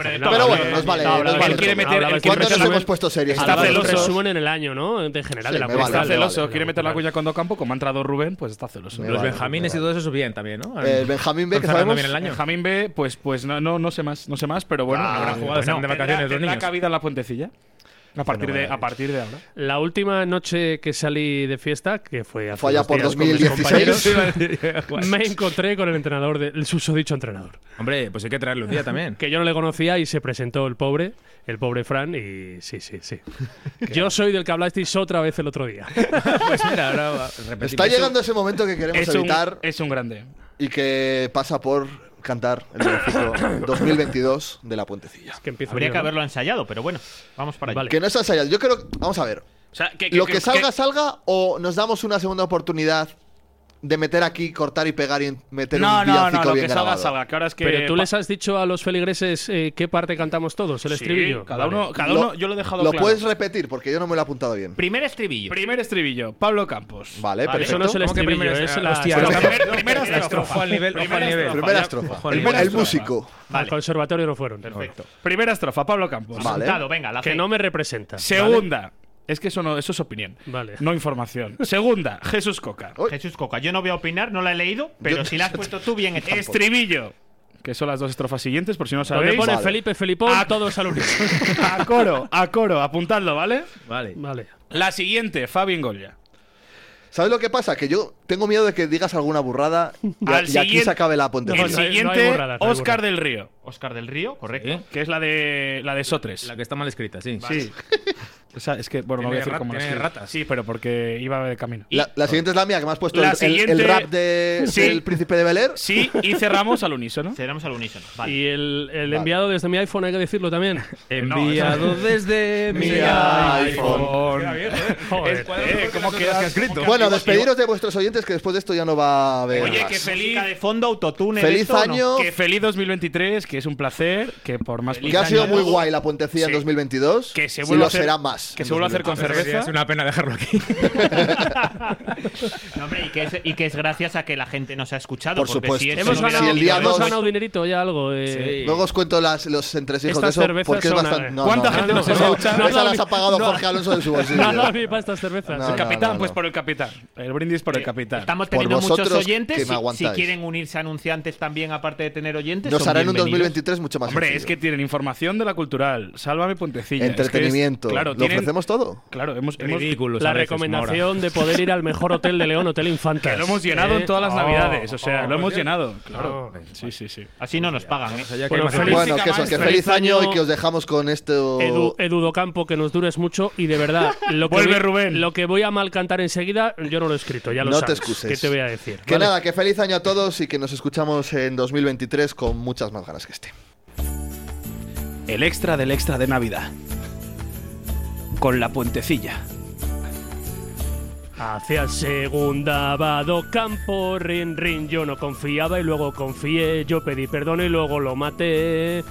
bueno, nos vale. nos vale. ¿Cuánto nos hemos puesto serios?
Está celoso. Suben en el año, ¿no? En general, de la cuesta.
está celoso, quiere meter la cuya cuando campo, como ha entrado Rubén, pues está celoso.
Me Los vale, Benjamines
y todo eso bien también, ¿no?
El Eh, Benjamín B, que sabemos.
Eh, Benjamín B, pues, pues no, no, no sé más, no sé más, pero bueno,
Ah,
habrá
bueno,
jugado
están de
¿tendrá-
vacaciones los
¿tendrá
niños?
cabida en la puentecilla? A partir, de, a partir de ahora.
La última noche que salí de fiesta, que fue hace
Fue allá
unos
por
días con mis
2016.
compañeros, me encontré con el entrenador, de- el susodicho entrenador.
Hombre, pues hay que traerlo un día también.
Que yo no le conocía y se presentó el pobre, el pobre Fran, y sí, sí, sí. yo soy del que hablasteis otra vez el otro día.
pues mira, ahora
Está llegando ese momento que queremos
Es un- eh.
evitar
es un grande.
y que pasa por cantar el beneficio 2022 de la Puentecilla.
que empieza
Habría
yo,
que
¿no?
haberlo ensayado, pero bueno, vamos para allá.
Que no está ensayado. Yo creo. Vamos a ver. lo que, salga, salga, o nos damos una segunda oportunidad de meter aquí, cortar y pegar y meter
No,
un
no,
villancico
no, lo
bien
que salga,
grabado.
salga, que ahora es que...
Pero tú
pa-
les has dicho a los feligreses eh, qué parte cantamos todos, el
Sí,
estribillo.
cada uno- cada uno- yo lo he dejado
Lo
claro.
puedes repetir porque yo no me lo he apuntado bien.
Primer estribillo.
Primer estribillo, Pablo Campos.
Vale,
pero
perfecto. ¿Cómo que primero es- hostia,
primera,
no,
primera estrofa.
al nivel, ojo al
Primera
nivel.
estrofa.
Primera estrofa.
Ojo al
El,
nivel.
el músico.
Al conservatorio no fueron. Perfecto.
Primera estrofa, Pablo Campos.
Vale. Apuntado, venga, la Que fe. no me representa.
Segunda. Es que eso no, eso es opinión.
Vale.
No información. Segunda, Jesús Coca.
Jesús Coca, yo no voy a opinar, no la he leído, pero si la has puesto tú bien hecha.
Estribillo. Que son las dos estrofas siguientes, por si no
Donde
sabéis.
pone Felipe Felipón, todos al unísono.
A coro, a coro, apuntadlo, ¿vale?
Vale.
Vale.
La siguiente, Fabi Goya.
¿Sabes lo que pasa? Que yo tengo miedo de que digas alguna burrada y,
Al
y aquí
siguiente-
se acabe la Puentecilla.
El siguiente, Oscar del Río.
Oscar del Río, correcto.
Que es la de la de Sotres. La
que está mal escrita, sí.
Sí. Esa- es que, bueno, no voy a decir
Tiene rat-
cómo la
tiene
escribí.
ratas.
Sí, pero porque iba de camino.
La, la siguiente es la mía, que me has puesto el,
La
el- el
siguiente-
rap de,
Sí.
del príncipe de Bel Air.
Sí, y cerramos al unísono.
Cerramos al unísono.
Y el, el enviado desde mi iPhone, hay que decirlo también.
Eh,
Enviado desde mi iPhone.
eh.
Joder.
¿Cómo quedas que has escrito?
Bueno, despediros de vuestros oyentes, que después de esto ya no va a haber.
Oye,
más.
que feliz.
de fondo, autotune.
de Feliz esto, ¿o no? año.
Que feliz 2023, que es un placer, que por más.
Que ha sido muy guay la Puentecilla
Sí.
en 2022.
Que se
y
vuelva
lo
a hacer-
será más.
que
en
se vuelva a hacer con
2023.
cerveza.
Pues Es una pena dejarlo aquí.
No, hombre, y que, es, y que es gracias a que la gente nos ha escuchado.
Por
porque
supuesto.
Si
Hemos
no hubiera
ganado- Si el día
habido-
Hemos
dos-
ganado dinerito ya algo. eh.
Luego os cuento las, los entresijos
Estas
de eso.
cervezas
Porque es
son,
bastante.
eh,
no,
¿Cuánta
no,
gente
no,
nos
no,
ha
no,
escuchado?
no, Esa
No,
las ha pagado
no.
Jorge Alonso de su bolsillo.
No has dado ni para estas cervezas.
No,
El capitán,
no,
pues
no.
por el capitán. El brindis por el capitán.
Estamos
Por
teniendo muchos
vosotros que
oyentes.
me
si- Si,
aguantáis.
quieren unirse a anunciantes también, aparte de tener oyentes,
Nos
son
harán un
bienvenidos.
2023 mucho más
Hombre, es
sencillo.
que tienen información de la cultural, sálvame Puentecilla. es que es-
Entretenimiento.
claro,
¿Lo
tienen-
ofrecemos todo?
Claro, hemos. hemos-
Ridículos
La
a veces,
recomendación de poder ir al mejor hotel de León, Hotel Infantas.
que lo hemos llenado
Eh,
en todas las
oh,
navidades, o sea,
oh,
lo hemos
pues bien.
llenado. Claro. Sí, sí, sí.
Así no nos pagan, ¿eh?
Ahora.
Bueno, feliz-
Bueno, que eso, que
Feliz
feliz año
año.
y que os dejamos con esto.
Edu, Edudo Campo, que nos dures mucho y de verdad, lo que,
Vuelve
voy,
Rubén.
lo que voy a mal cantar enseguida, yo no lo he escrito, ya lo
No te
sabes.
excuses.
¿Qué te voy a decir?
Que
¿Vale?
nada, que feliz año a todos y que nos escuchamos en 2023 con muchas más ganas que este.
El extra del extra de Navidad. Con la puentecilla.
Hacia el segunda vado campo, rin rin, yo no confiaba y luego confié, yo pedí perdón y luego lo maté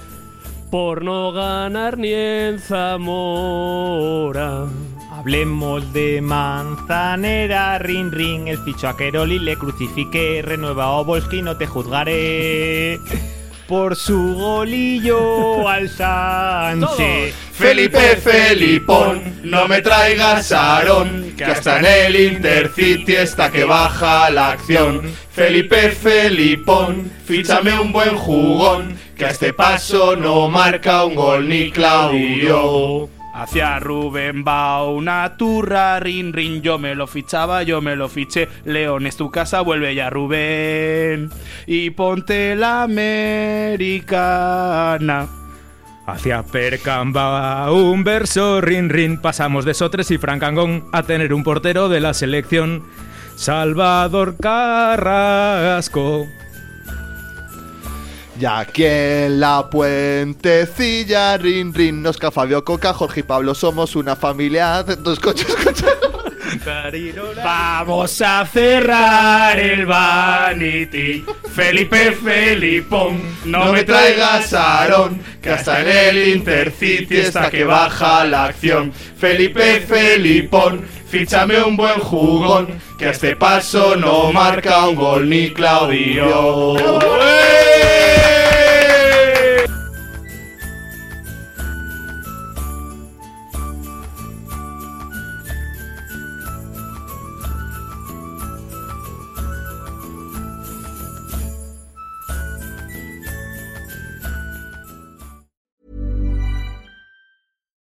por no ganar ni en Zamora.
Hablemos de manzanera, ring ring, el ficho a Keroli le crucifique, renueva a Obolski, no te juzgaré. Por su golillo al Sánchez.
Felipe Felipón, no me traigas Aarón, que hasta en el Intercity está que baja la acción. Felipe Felipón, fíchame un buen jugón, que a este paso no marca un gol ni Claudio.
Hacia Rubén va una turra, rin rin, yo me lo fichaba, yo me lo fiché. León es tu casa, vuelve ya Rubén. Y ponte la americana.
Hacia Percamba un verso, rin rin, pasamos de Sotres y Francangón a tener un portero de la selección, Salvador Carrasco.
Y aquí en la puentecilla, rin rin, nos Fabio Coca, Jorge y Pablo somos una familia. Dos coches, coches. Vamos a cerrar el Vanity. Felipe Felipón,
No me traigas a Aarón, que hasta en el Intercity está que baja la acción. Felipe Felipón, fíchame un buen jugón, que a este paso no marca un gol ni Claudio. ¡Eh!